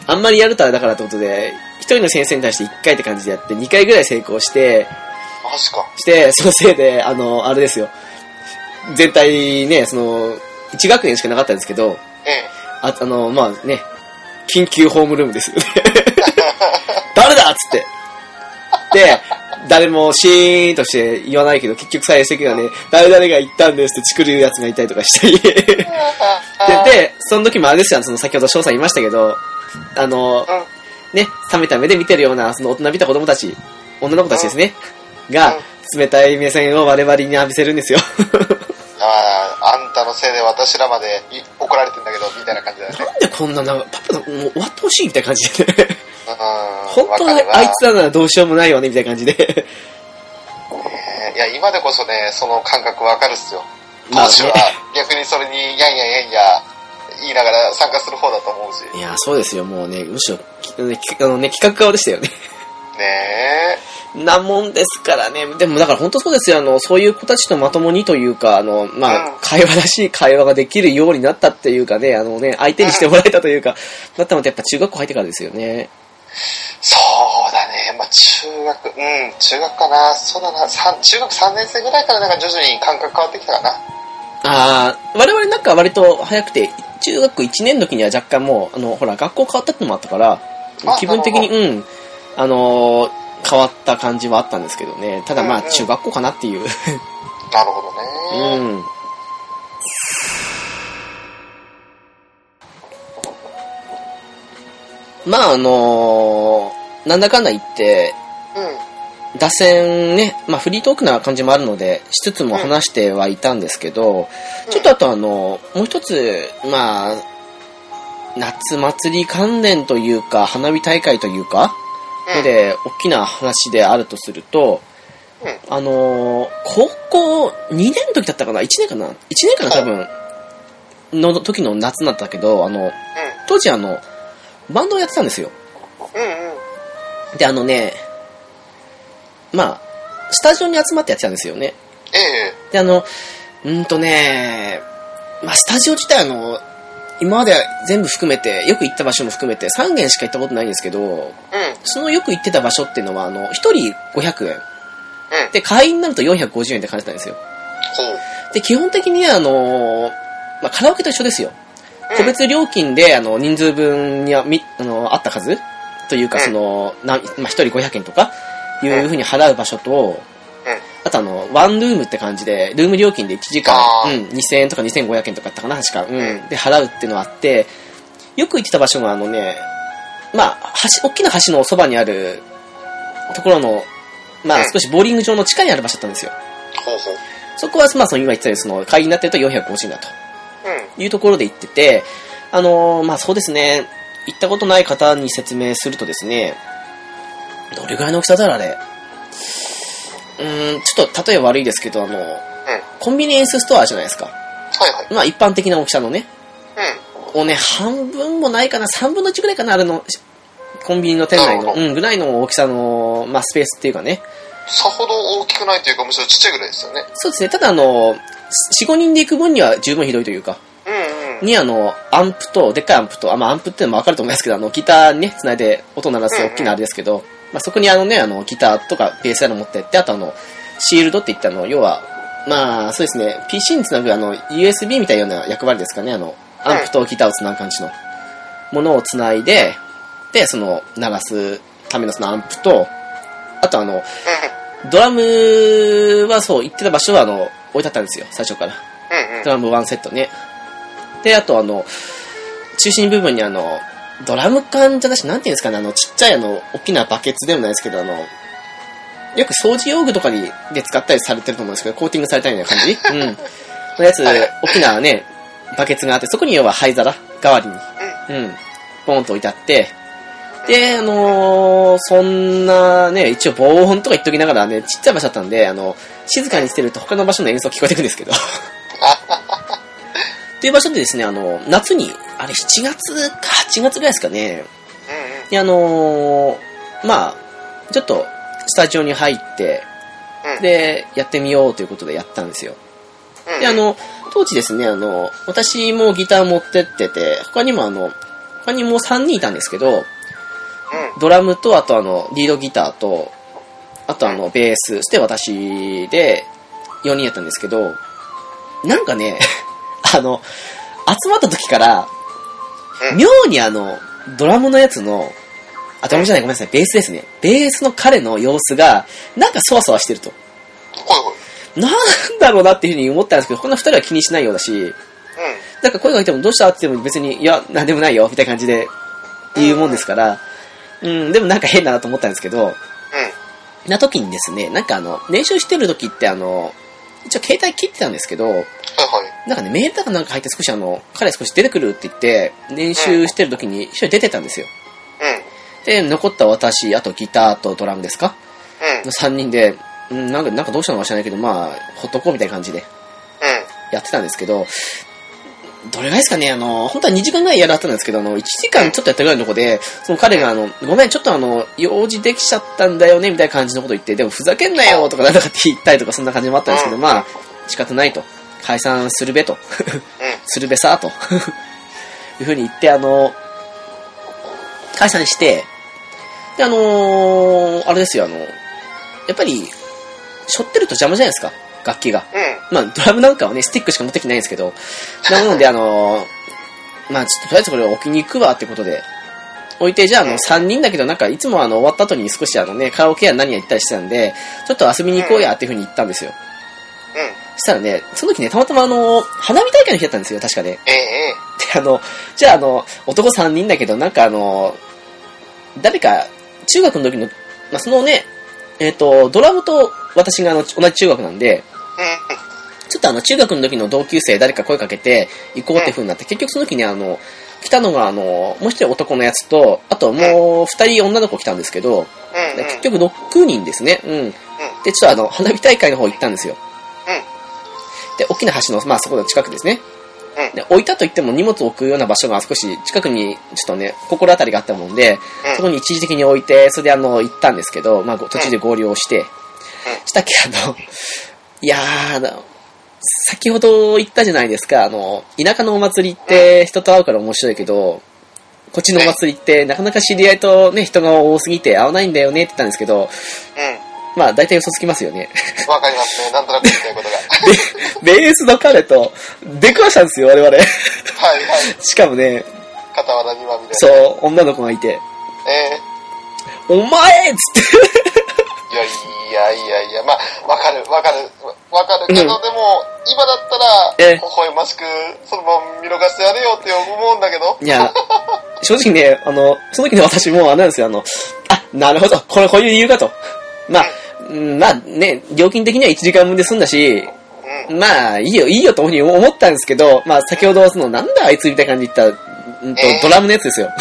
Speaker 1: あんまりやるとあれだからってことで、一人の先生に対して1回って感じでやって、2回ぐらい成功して、
Speaker 2: マジか。
Speaker 1: して、そのせいで、あの、あれですよ。全体ね、その、1学年しかなかったんですけど、
Speaker 2: ええ。
Speaker 1: あ、あの、まあね、緊急ホームルームですよね。 誰だっつって。で、誰もシーンとして言わないけど、結局最終的にはね、誰々が言ったんですってチクるやつがいたりとかしたり。で、で、その時もあれですよ、その先ほど翔さん言いましたけど、あの、
Speaker 2: うん、
Speaker 1: ね、冷めた目で見てるような、その大人びた子供たち、女の子たちですね、が
Speaker 2: う、
Speaker 1: 冷たい目線を我々に浴びせるんですよ。
Speaker 2: ああ、あんたのせいで私らまでい怒られてんだけど、みたいな感じだよね。
Speaker 1: なんでこんな、なんか、パパ、もう終わってほしいみたいな感じで、ね。
Speaker 2: うん。
Speaker 1: 本当
Speaker 2: わ
Speaker 1: は
Speaker 2: かるわ
Speaker 1: あいつらならどうしようもないよね、みたいな感じで。
Speaker 2: ええいや、今でこそね、その感覚わかるっすよ。
Speaker 1: まあ
Speaker 2: 当時は逆にそれに、やんややんや言いながら参加する方だと思うし。
Speaker 1: いや、そうですよ、もうね、むしろ、きあのねきあのね、企画側でしたよね。
Speaker 2: ねえ。
Speaker 1: なもんですからね。でもだから本当そうですよ、あの、そういう子たちとまともにというか、あの、ま
Speaker 2: う
Speaker 1: あ
Speaker 2: ん、
Speaker 1: 会話らしい会話ができるようになったっていうかね、あのね、相手にしてもらえたというか、なったのってやっぱ中学校入ってからですよね。
Speaker 2: そうだね。まあ、中学、うん、中学かな。そうだな。三中学3年生ぐらいからなんか徐々に感覚変わってきたかな。
Speaker 1: ああ、我々なんか割と早くて、中学1年の時には若干もう、あの、ほら、学校変わったってのもあったから、
Speaker 2: あ
Speaker 1: 気分的に、
Speaker 2: な
Speaker 1: うん、あのー変わった感じはあったんですけどね。ただまあ、
Speaker 2: うんうん
Speaker 1: 中学校かなって いう。
Speaker 2: なるほど
Speaker 1: う
Speaker 2: ね。
Speaker 1: ん。まあ、あのーなんだかんだ言って、
Speaker 2: うん。
Speaker 1: 打線ね、まあフリートークな感じもあるので、しつつも話してはいたんですけど、ちょっとあとあの、もう一つ、まあ、夏祭り関連というか、花火大会というか、
Speaker 2: う
Speaker 1: の
Speaker 2: ん
Speaker 1: で、大きな話であるとすると、
Speaker 2: うん
Speaker 1: あのー高校2年の時だったかな ?1 年かな ?1 年かな
Speaker 2: はい
Speaker 1: 多分、の時の夏だったけど、あの、当時あの、バンドをやってたんですよ。
Speaker 2: うん。うんうん。
Speaker 1: で、あのね、まあ、スタジオに集まってやってたんですよね。
Speaker 2: ええ
Speaker 1: で、あの、うーんとね、まあ、スタジオ自体あの、今まで全部含めて、よく行った場所も含めて、3軒しか行ったことないんですけど、
Speaker 2: うん。
Speaker 1: そのよく行ってた場所っていうのは、あの、1人500円。
Speaker 2: うん。
Speaker 1: で、会員になると450円って感じたんですよ。
Speaker 2: ほう。
Speaker 1: で、基本的にあの、まあ、カラオケと一緒ですよ。
Speaker 2: うん
Speaker 1: 個別料金で、あの、人数分には、み、あの、あった数というか、
Speaker 2: うん
Speaker 1: その、な、まあ、1人500円とか、いうふうに払う場所と、
Speaker 2: うん。
Speaker 1: あとあの、ワンルームって感じで、ルーム料金で1時間
Speaker 2: あ、
Speaker 1: う
Speaker 2: ー
Speaker 1: ん、2000円とか2500円とかあったかな、確か。うん
Speaker 2: う。
Speaker 1: で、払うっていうのがあって、よく行ってた場所があのね、まあ、橋、大きな橋のそばにあるところの、まあ
Speaker 2: うん
Speaker 1: 少しボーリング場の地下にある場所だったんですよ。
Speaker 2: ほうほう。
Speaker 1: そこは、まあその今言ってたように、その、会員になってると450円だと。
Speaker 2: うん。
Speaker 1: いうところで行ってて、あのーまあそうですね、行ったことない方に説明するとですね、どれぐらいの大きさだろう、あれ。うーん、ちょっと例え悪いですけど、あの、
Speaker 2: うん。
Speaker 1: コンビニエンスストアじゃないですか。
Speaker 2: はいはい。
Speaker 1: まあ一般的な大きさのね、
Speaker 2: うん。
Speaker 1: をね、半分もないかな、3分の1ぐらいかな、あれの、しコンビニの店内
Speaker 2: なる
Speaker 1: の、
Speaker 2: ほ
Speaker 1: うん、ぐらいの大きさの、まあスペースっていうかね。
Speaker 2: さほど大きくないというか、むしろちっちゃいぐらいですよね。
Speaker 1: そうですね、ただあの、4、5人で行く分には十分ひどいというか、
Speaker 2: うんうん。
Speaker 1: にあの、アンプと、でっかいアンプと、あ、まあアンプってのもわかると思いますけど、あの、ギターにね、繋いで音鳴らす
Speaker 2: うんうん
Speaker 1: 大きなあれですけど、まあそこにあのね、あの、ギターとかベースやの持ってって、あとあの、シールドって言ったの、要は、まあそうですね、PC につなぐあの、USB みたいなような役割ですかね、あの、アンプとギターをつなぐ感じの、ものをつないで、で、その、鳴らすためのそのアンプと、あとあの、
Speaker 2: う
Speaker 1: ドラムはそう、行ってた場所はあの、置いてあったんですよ、最初から。
Speaker 2: うんうん。
Speaker 1: ドラムワンセットね。で、あとあの、中心部分にあの、ドラム缶じゃなし、なんていうんですかね、あの、ちっちゃいあの、大きなバケツでもないですけど、あの、よく掃除用具とかに、で使ったりされてると思うんですけど、コーティングされたような感じう ん。のやつ、
Speaker 2: はいはい
Speaker 1: 大きなね、バケツがあって、そこに要は灰皿代わりに、うん、ポンと置いてあって、で、あのーそんなね、一応防音とか言っときながらね、ちっちゃい場所だったんで、あの、静かにしてると他の場所の演奏聞こえてくるんですけど。っていう場所でですね、あの、夏に、あれ7月か8月ぐらいですかね、
Speaker 2: うんうん。
Speaker 1: にあのーまあ、ちょっと、スタジオに入って、
Speaker 2: うん
Speaker 1: で、やってみようということでやったんですよ。
Speaker 2: うん
Speaker 1: で、あの、当時ですね、あの、私もギター持ってってて、他にもあの、他にも3人いたんですけど、
Speaker 2: うん。
Speaker 1: ドラムと、あとあの、リードギターと、あとあの、ベース、そして私で、4人やったんですけど、なんかね、 あの、集まった時から、
Speaker 2: うん
Speaker 1: 妙にあの、ドラムのやつの、あ、ドラムじゃない、ごめんなさい、ベースですね。ベースの彼の様子が、なんかそわそわしてると。
Speaker 2: ほいほい。
Speaker 1: なんだろうなっていうふうに思ったんですけど、こんな二人は気にしないようだし、
Speaker 2: うん。
Speaker 1: なんか声がけてもどうしたって言っても別に、いや、なんでもないよ、みたいな感じで言うもんですから、うん、でもなんか変だなと思ったんですけど、
Speaker 2: うん。
Speaker 1: な時にですね、なんかあの、練習してる時ってあの、一応携帯切ってたんですけど、
Speaker 2: はいはい。
Speaker 1: なんかね、メールとかなんか入って少しあの、彼少し出てくるって言って、練習してる時に一緒に出てたんですよ。
Speaker 2: うん。
Speaker 1: で、残った私、あとギターとドラムですか
Speaker 2: うん。
Speaker 1: の3人で、うん、なんか、なんかどうしたのか知らないけど、まあ、ほっとこうみたいな感じで
Speaker 2: うん。
Speaker 1: やってたんですけど、どれぐらいですかね、あの、本当は2時間ぐらいやるはずなんですけど、あの、1時間ちょっとやったぐらいのとこで、その彼が、あの、ごめん、ちょっとあの、用事できちゃったんだよね、みたいな感じのこと言って、でもふざけんなよ、とかなんとかって言ったりとか、そんな感じもあったんですけど、まあ、仕方ないと。解散するべと。
Speaker 2: うん。
Speaker 1: するべさ、と。 いうふうに言って、あの、解散して、で、あのーあれですよ、あの、やっぱり、背負ってると邪魔じゃないですか、楽器が。
Speaker 2: うん。
Speaker 1: まあ、ドラムなんかはね、スティックしか持ってきてないんですけど、なので、あのーまあ、ちょっととりあえずこれ置きに行くわってことで、置いて、じゃあ、あの、3人だけど、なんか、いつもあの、終わった後に少しあのね、カラオケや何や行ったりしてたんで、ちょっと遊びに行こうやっていうふうに言ったんですよ。
Speaker 2: うん。
Speaker 1: そしたらね、その時ね、たまたまあの、花火大会の日だったんですよ、確かね。
Speaker 2: ええ
Speaker 1: で、あの、じゃあ、あの、男3人だけど、なんかあの、誰か、中学の時の、まあ、そのね、えっ、と、ドラムと私があの、同じ中学なんで、
Speaker 2: うん。
Speaker 1: ちょっとあの、中学の時の同級生誰か声かけて行こうって風になって、結局その時ね、あの、来たのがあの、もう一人男のやつと、あともう二人女の子来たんですけど、
Speaker 2: うん。うん。
Speaker 1: 結局6人ですね。うん。で、ちょっとあの、花火大会の方行ったんですよ。
Speaker 2: う
Speaker 1: で、大きな橋の、まあそこの近くですね。
Speaker 2: ん。うん。
Speaker 1: で、置いたといっても荷物を置くような場所が少し近くに、ちょっとね、心当たりがあったもんで、
Speaker 2: うん
Speaker 1: そこに一時的に置いて、それであの、行ったんですけど、まあ、ご途中で合流をして、したっけ、あの、いやー、あの先ほど言ったじゃないですか、あの、田舎のお祭りって人と会うから面白いけど、こっちのお祭りってなかなか知り合いとね、人が多すぎて会わないんだよねって言ったんですけど、まあ、大体嘘つきますよ ね。
Speaker 2: うん。わかりますね。なんとなく言いたいこと が。
Speaker 1: で、ベースの彼と出くわしたんですよ、我々。
Speaker 2: はいはい。
Speaker 1: しかもね、
Speaker 2: 傍らにまみれ。。
Speaker 1: そうう、女の子がいて、
Speaker 2: ええ
Speaker 1: お前っつって。
Speaker 2: いやいやいやいや、まあ、わかる、わかる、わかるけど、
Speaker 1: うん
Speaker 2: でも、今だったら、
Speaker 1: ええ
Speaker 2: 微笑ましく、そのまま見逃してやれよって思うんだけど、
Speaker 1: いや、正直ね、あの、その時の私もあれなんですよ、あの、あ、なるほど、これこういう理由かと。まあ、うんまあね、料金的には1時間分で済んだし、
Speaker 2: うん、
Speaker 1: まあ、いいよ、いいよというふうに思ったんですけど、まあ、先ほどその、なんだあいつみたいな感じで言った、うんと
Speaker 2: えー
Speaker 1: ドラムのやつですよ。
Speaker 2: は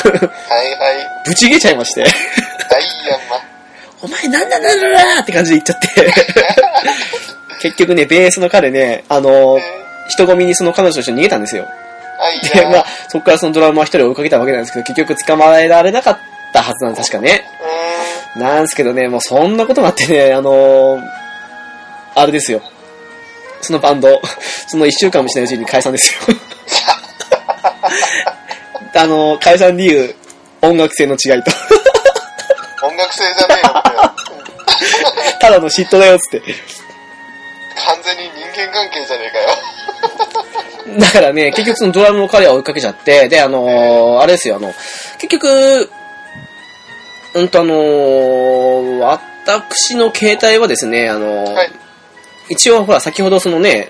Speaker 2: いはい、
Speaker 1: ぶち切れちゃいまして。
Speaker 2: ダイヤマ、
Speaker 1: お前なんだなんだなんだって感じで言っちゃって。 結局ね、ベースの彼ね、あの
Speaker 2: え、え
Speaker 1: 人混みにその彼女と一緒に逃げたんですよ。
Speaker 2: はい
Speaker 1: で、
Speaker 2: や、
Speaker 1: まあ、そこからそのドラムは一人追いかけたわけなんですけど、結局捕まえられなかったはずなんです、確かね。
Speaker 2: うー
Speaker 1: なんですけどね、もうそんなことがあってね、あのーあれですよ。そのバンド、その一週間もしないうちに解散です よ。あのー解散理由、音楽性の違いと。
Speaker 2: ん、音楽性じゃねえよみたいな。
Speaker 1: ただの嫉妬だよ、つって。
Speaker 2: 完全に人間関係じゃねえかよ。
Speaker 1: だからね、結局そのドラムの彼は追いかけちゃって、で、あのーあれですよ、あの、結局、うんとあのー私の携帯はですね、あの、
Speaker 2: はい。
Speaker 1: 一応ほら、先ほどそのね、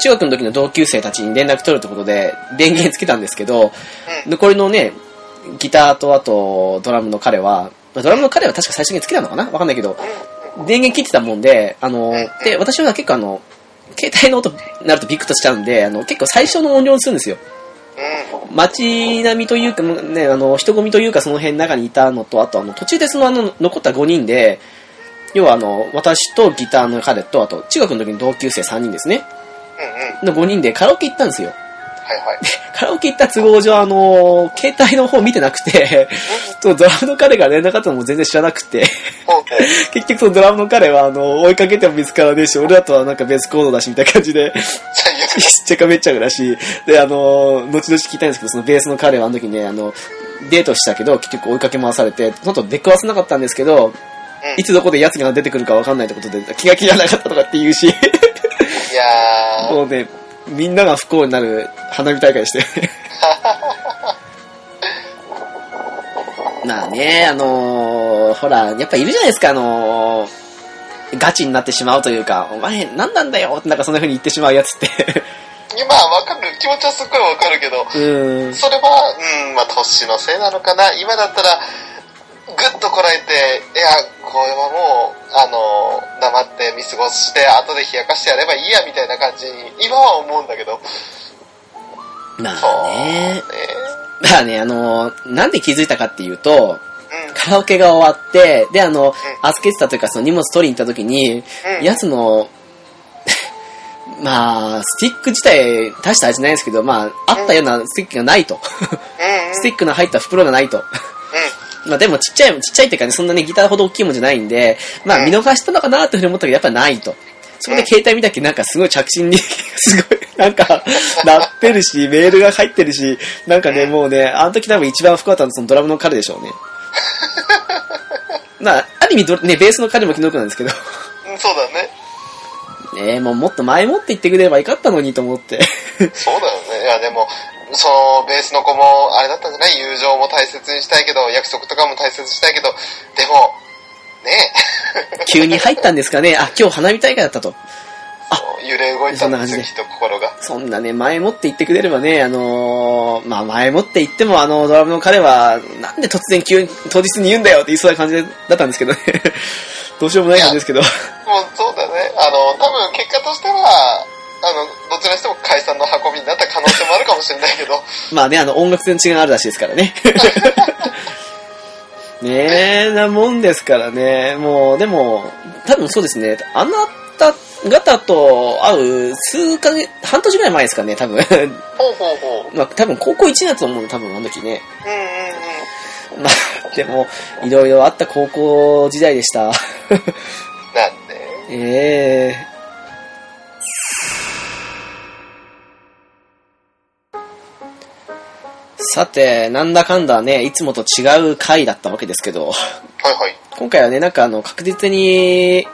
Speaker 1: 中学の時の同級生たちに連絡取るってことで、電源つけたんですけど、
Speaker 2: うん。
Speaker 1: 残りのね、ギターとあとドラムの彼は、まあドラムの彼は確か最初につけたのかなわかんないけど、電源切ってたもんで、あの、で、私は結構あの、携帯の音になるとビクッとしちゃうんで、あの、結構最小の音量にするんですよ。
Speaker 2: うん。
Speaker 1: 街並みというか、ね、あの、人混みというか、その辺の中にいたのと、あと、あの、途中でその、あの、残った5人で、要は、あの、私とギターの彼と、あと、中学の時の同級生3人ですね。
Speaker 2: うん。うん。
Speaker 1: の5人でカラオケ行ったんですよ。
Speaker 2: はいはい。
Speaker 1: カラオケ行った都合上、あの、携帯の方見てなくて、 そのドラムの彼が連絡あったのも全然知らなくて、
Speaker 2: そうね。
Speaker 1: 結局そのドラムの彼は、あの、追いかけても見つからねえし、俺だとはなんか別行動だし、みたいな感じで、
Speaker 2: 最悪。
Speaker 1: しっちゃかめっちゃうらしい。で、あの、後々聞いたんですけど、そのベースの彼はあの時ね、あの、デートしたけど、結局追いかけ回されて、ちょっと出くわせなかったんですけど、
Speaker 2: うん
Speaker 1: いつどこで奴が出てくるかわかんないってことで、気が気じゃなかったとかって言うし、
Speaker 2: いやー。
Speaker 1: もうね、みんなが不幸になる花火大会でしてまあね、あのーほら、やっぱいるじゃないですか、あのーガチになってしまうというか、お前何なんだよってなんかそんな風に言ってしまうやつって。
Speaker 2: 今わかる。気持ちはすっごいわかるけど、
Speaker 1: うん。
Speaker 2: それは、うん、まあ、年のせいなのかな。今だったら、ぐっとこらえて、いや、これはもう、あの、黙って見過ごして、後で冷やかしてやればいいや、みたいな感じに、今は思うんだけど。
Speaker 1: ま
Speaker 2: そう
Speaker 1: あね
Speaker 2: ね。。
Speaker 1: まあね、あのーなんで気づいたかっていうと、
Speaker 2: うん。
Speaker 1: カラオケが終わって、で、あの、預けてたというか、その荷物取りに行った時に、
Speaker 2: うん
Speaker 1: やつの、 まあ、スティック自体、大した味ないですけど、まあ、あったようなスティックがないと。
Speaker 2: うんう ん。
Speaker 1: スティックの入った袋がないと。まあでもちっちゃい、ちっちゃいっていうかね、そんなね、ギターほど大きいもんじゃないんで、まあ見逃したのかなというふうに思ったけど、やっぱないと。そこで携帯見たっけなんかすごい着信に、すごい、なんか、鳴ってるし、メールが入ってるし、なんかね、もうね、あの時多分一番深かったのはそのドラムの彼でしょ うね。まあ、ある意味ド、ね、ベースの彼も気の毒なんですけど、
Speaker 2: うん。うんそうだね。
Speaker 1: ねもうもっと前もって言ってくれればよかったのにと思 って。
Speaker 2: そうだよね。いや、でも、そう、ベースの子も、あれだったんじゃない友情も大切にしたいけど、約束とかも大切にしたいけど、でも、ね
Speaker 1: 急に入ったんですかね。あ、今日花火大会だったと。
Speaker 2: え、揺れ動いたんですよ、き
Speaker 1: そ
Speaker 2: っと心が。
Speaker 1: そんなね、前もって言ってくれればね、あのーまあ前もって言っても、あの、ドラムの彼は、なんで突然急に、当日に言うんだよって言いそうな感じだったんですけどね。 どうしようもないんですけど。
Speaker 2: もうそうだね。あの、多分結果としては、あの、どちらにしても解散の運びになった可能性もあるかもしれないけど、
Speaker 1: まあね、あの、音楽性の違いがあるらしいですからね。ねえ、なもんですからね。もう、でも、多分そうですね、あなた方と会う数ヶ月、半年ぐらい前ですかね、多分。
Speaker 2: ほうほうほう。
Speaker 1: まあ多分高校1年だと思うの、多分あの時ね。
Speaker 2: うんうんうん。
Speaker 1: まあ、 でも、いろいろあった高校時代でした。
Speaker 2: なんで、
Speaker 1: ええさて、なんだかんだね、いつもと違う回だったわけですけど、
Speaker 2: はいはい。
Speaker 1: 今回はね、なんかあの、確実に、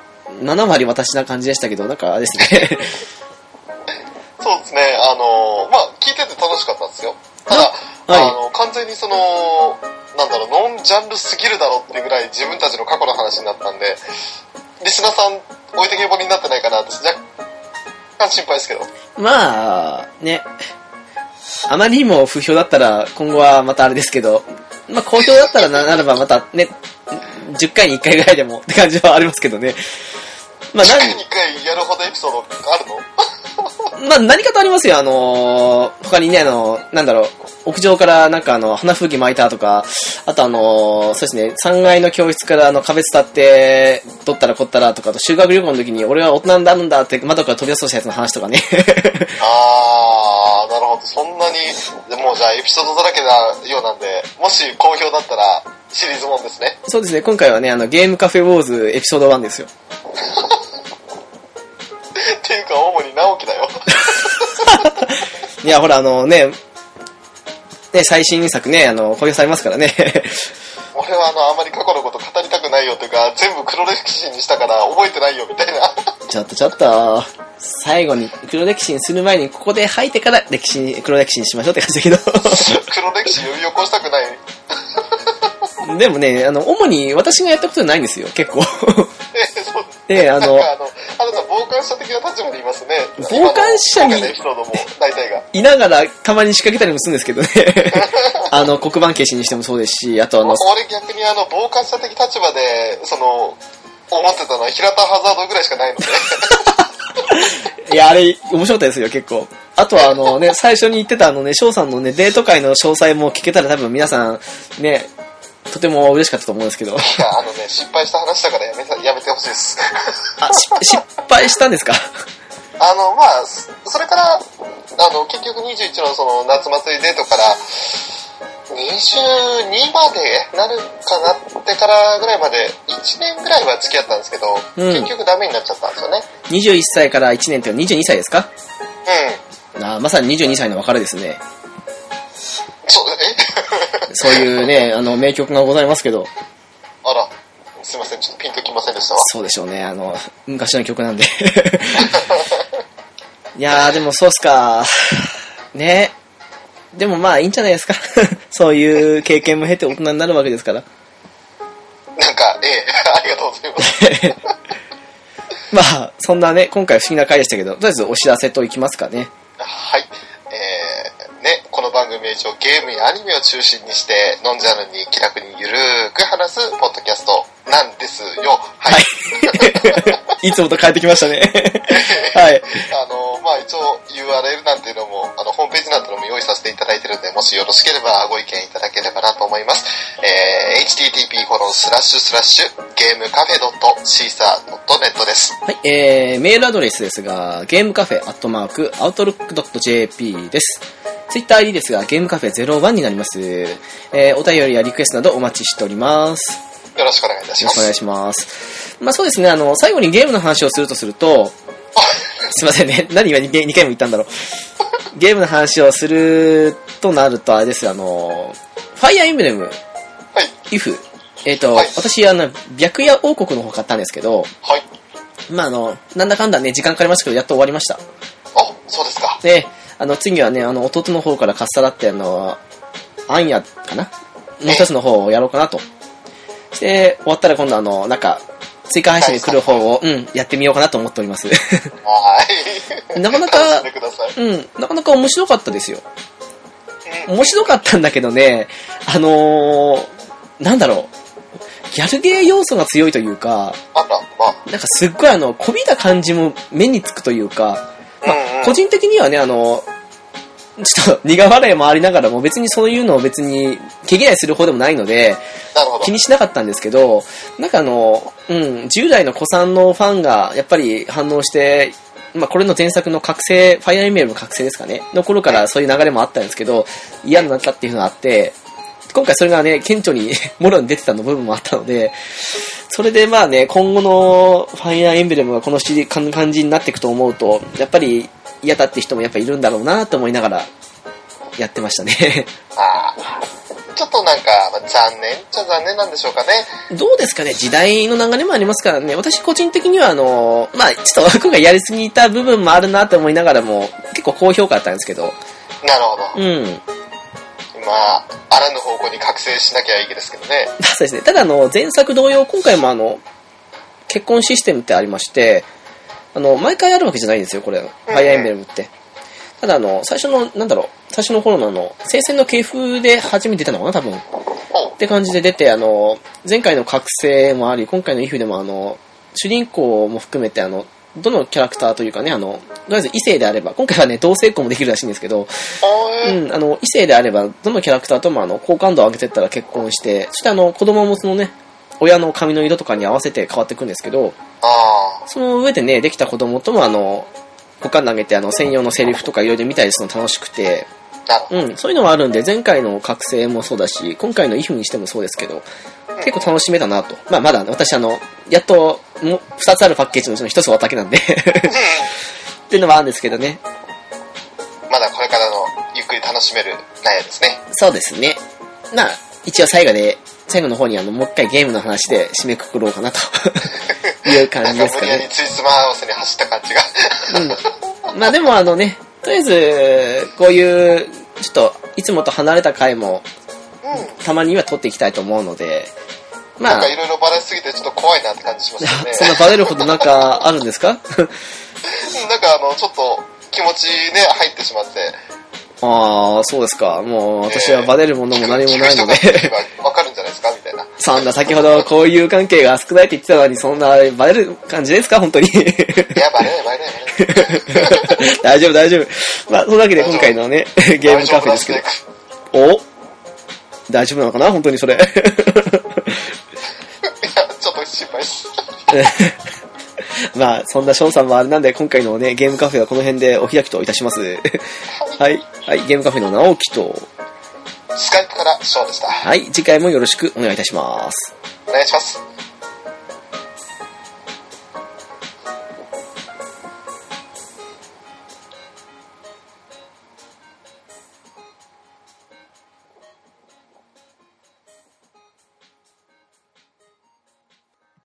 Speaker 1: 7割私な感じでしたけど、なんかあれですね。
Speaker 2: そうですね、あの、まあ、聞いてて楽しかったんですよ。ただ、
Speaker 1: はい
Speaker 2: あの、完全にその、なんだろう、ノンジャンルすぎるだろうってぐらい自分たちの過去の話になったんで、リスナーさん置いてけぼりになってないかなって、若干心配ですけど。
Speaker 1: まあ、ね。あまりにも不評だったら、今後はまたあれですけど、まあ、好評だったらなならばまたね、10回に1回ぐらいでもって感じはありますけどね。まあ、
Speaker 2: 1回2回 やるほどエピソードあるの
Speaker 1: 何、まあ、何かとありますよ。あのー他にね、あのーなんだろう、屋上からなんかあの、花吹雪巻いたとか、あとあのーそうですね、3階の教室からあの、壁伝って、取ったらこったらとか、あと修学旅行の時に、俺は大人になるんだって、窓から飛び出そうとしたやつの話とかね。
Speaker 2: あー、なるほど。そんなに、でもうじゃあエピソードだらけなようなんで、もし好評だったらシリーズもんですね。
Speaker 1: そうですね、今回はね、あの、ゲームカフェウォーズエピソード1ですよ。
Speaker 2: っていうか、主に直樹だよ。
Speaker 1: いや、ほら、あのね、ね、最新作ね、あの、公表されますからね。
Speaker 2: 俺はあの、あんまり過去のこと語りたくないよというか、全部黒歴史にしたから覚えてないよみたいな。
Speaker 1: ちょっとちょっと、最後に黒歴史にする前に、ここで吐いてから歴史に、黒歴史にしましょうって感じだけど。
Speaker 2: 黒歴史呼び起こしたくない。
Speaker 1: でもね、あの、主に私がやったことないんですよ、結構。
Speaker 2: えそう
Speaker 1: で、あ
Speaker 2: なん
Speaker 1: の、
Speaker 2: かあの、あなた傍観者的な立場でいますね。
Speaker 1: 傍観者に
Speaker 2: 今の今回のエピソードも大体が。
Speaker 1: いながらたまに仕掛けたりもするんですけどね。 あの、黒板消しにしてもそうですし、あとあの、
Speaker 2: 俺逆にあの、傍観者的立場で、その、思ってたのは平田ハザードぐらいしかないので。
Speaker 1: いや、あれ、面白かったですよ、結構。あとはあのね、最初に言ってたあのね、翔さんのね、デート会の詳細も聞けたら多分皆さん、ね、とても嬉しかったと思うんですけど。
Speaker 2: いや、あのね、失敗した話だからやめたやめてほしいです。
Speaker 1: あ、し失敗したんですか
Speaker 2: あの、まあ、そそれから、あの、結局21のその夏祭りデートから、22までなるかなってからぐらいまで、1年ぐらいは付き合ったんですけど、
Speaker 1: うん
Speaker 2: 結局ダメになっちゃったんですよね。
Speaker 1: ?21 歳から1年って22歳ですか
Speaker 2: うん。
Speaker 1: あーまさに22歳の別れですね。
Speaker 2: そう、え
Speaker 1: そういうね、あの、名曲がございますけど、
Speaker 2: あら、すいません、ちょっとピンときませんでしたわ。
Speaker 1: そうでしょうね、あの、昔の曲なんで。 いやー、でもそうっすか。ね。でもまあいいんじゃないですか。 そういう経験も経て大人になるわけですから。
Speaker 2: なんか、ええ、ありがとうございます。
Speaker 1: まあ、そんなね、今回不思議な回でしたけど、とりあえずお知らせといきますかね。
Speaker 2: はい。えー、ね、この番組は一応ゲームやアニメを中心にして、ノンジャンルに気楽にゆるーく話すポッドキャストなんですよ。はい。
Speaker 1: いつもと変えてきましたね。 はい。
Speaker 2: あの、まあ一応 URL なんていうのも、あの、ホームページなんていうのも用意させていただいてるんで、もしよろしければご意見いただければなと思います。えー、http このスラッシュスラッシュゲームカフェ .caesar.net です。
Speaker 1: はい、えー、メールアドレスですが、ゲームカフェアットマーク、アウトロック .jp です。ツイッター ID ですが、ゲームカフェ01になります。えー、お便りやリクエストなどお待ちしております。
Speaker 2: よろしくお願いいたし
Speaker 1: よ
Speaker 2: ま
Speaker 1: ろしくお願い
Speaker 2: す。
Speaker 1: します。まあそうですね、あの、最後にゲームの話をするとすると、すいませんね、 何が 2, 回も言ったんだろう。 ゲームの話をするとなると、あれですよ、あの、ファイアーエンブレム、
Speaker 2: はい。
Speaker 1: イフ、えっ、と、
Speaker 2: はい
Speaker 1: 私、あの、白夜王国の方買ったんですけど、
Speaker 2: はい。
Speaker 1: まああの、なんだかんだね、時間かかりましたけど、やっと終わりました。
Speaker 2: あ、そうですか。
Speaker 1: で、あの、次はね、あの、弟の方からかっさらって、あの、アンヤかなもう一つの方をやろうかなと。で、終わったら今度あの、なんか、追加配信に来る方を、うん、やってみようかなと思ってお ります。
Speaker 2: はい。
Speaker 1: なかなか
Speaker 2: 楽しんでください。
Speaker 1: うん、なかなか面白かったですよ。
Speaker 2: うん
Speaker 1: 面白かったんだけどね、あのー、なんだろう、ギャルゲー要素が強いというか、
Speaker 2: あら、まあ。
Speaker 1: なんかすっごいあの、こびた感じも目につくというか、ま
Speaker 2: うんう
Speaker 1: あ、
Speaker 2: ん
Speaker 1: 個人的にはね、あの、ちょっと苦笑いもありながらも別にそういうのを別に毛嫌いする方でもないので
Speaker 2: なるほど。
Speaker 1: 気にしなかったんですけど、なんかあの、うん、10代の子さんのファンがやっぱり反応して、まあこれの前作の覚醒、ファイアーエンブレムの覚醒ですかね、の頃からそういう流れもあったんですけど、嫌になったっていうのがあって、今回それがね、顕著に、 もろに出てたの部分もあったので、それでまあね、今後のファイアーエンブレムがこのシリかん感じになっていくと思うと、やっぱり嫌だって人もやっぱいるんだろうなと思いながら、やってましたね。
Speaker 2: あーちょっとなんか、まあ残念っちゃ残念なんでしょうかね。
Speaker 1: どうですかね時代の流れもありますからね。私個人的にはあの、まあちょっと 今回やりすぎた部分もあるなと思いながらも、結構高評価だったんですけど、
Speaker 2: なるほど。
Speaker 1: うん。
Speaker 2: まあ、あらぬ方向に覚醒しなきゃいいですけどね。
Speaker 1: そうですね。ただあの、前作同様、今回もあの、結婚システムってありまして、あの、毎回あるわけじゃないんですよ、これ。ファイアーエンベレムって。ただあの、最初の、なんだろう、最初の頃のあの、聖戦の系風で初めて出たのかな、多分。っ
Speaker 2: ほう。
Speaker 1: て感じで出て、あの、前回の覚醒もあり、今回のイフでもあの、主人公も含めてあの、どのキャラクターというかね、あの、とりあえず異性であれば、今回はね、同性婚もできるらしいんですけど、
Speaker 2: ほう
Speaker 1: うん、あの、異性であれば、どのキャラクターともあの、好感度を上げてったら結婚して、そしてあの、子供もそのね、親の髪の色とかに合わせて変わっていくんですけど、
Speaker 2: あ
Speaker 1: その上でね、できた子供ともあの、好感度上げてあの、専用のセリフとかいろいろ見たりするの楽しくて、
Speaker 2: あ、なるほど。
Speaker 1: うん、そういうのはあるんで、前回の覚醒もそうだし、今回のイフにしてもそうですけど、結構楽しめたなと。まあ、まだね、私あの、やっと、もう、二つあるパッケージのうちの一つ終わっただけなんで、っていうのはあるんですけどね。
Speaker 2: まだこれからのゆっくり楽しめる内容ですね。
Speaker 1: そうですね。まあ、一応最後で、最後の方にあの、もう一回ゲームの話で締めくくろうかなと、いう
Speaker 2: な
Speaker 1: 感
Speaker 2: ん
Speaker 1: じ
Speaker 2: か
Speaker 1: ですか
Speaker 2: 無理やり
Speaker 1: ね。
Speaker 2: ついつま合わせに走った感じが。
Speaker 1: まあでもあのね、とりあえず、こういう、ちょっと、いつもと離れた回も、
Speaker 2: うん。
Speaker 1: たまには撮っていきたいと思うので、ま
Speaker 2: なん
Speaker 1: あ。
Speaker 2: か、いろいろバラしすぎてちょっと怖いなって感じしました ね
Speaker 1: そんなバレるほどなんかあるんですか
Speaker 2: うんなんかあの、ちょっと気持ちね、入ってしまって。
Speaker 1: ああ、そうですか。もう私はバレるものも何もないので
Speaker 2: 聞く人が。いればわかるんじゃないですかみたいな。
Speaker 1: そんな先ほど交友関係が少ないって言ってたのに、そんなバレる感じですか本当に。
Speaker 2: いや、バレない、バレない、バレない。
Speaker 1: 大丈夫、大丈夫。まあ、そのわけで今回のね、ゲームカフェですけど
Speaker 2: 大丈夫なん。ね
Speaker 1: お大丈夫なのかな本当にそれ。
Speaker 2: いや、ちょっと心配です。
Speaker 1: まあ、そんなショーンさんもあれなんで、今回のね、ゲームカフェはこの辺でお開きといたします。はい。はい、ゲームカフェの直樹と、
Speaker 2: スカイプからショーでした。
Speaker 1: はい、次回もよろしくお願いいたします。
Speaker 2: お願いします。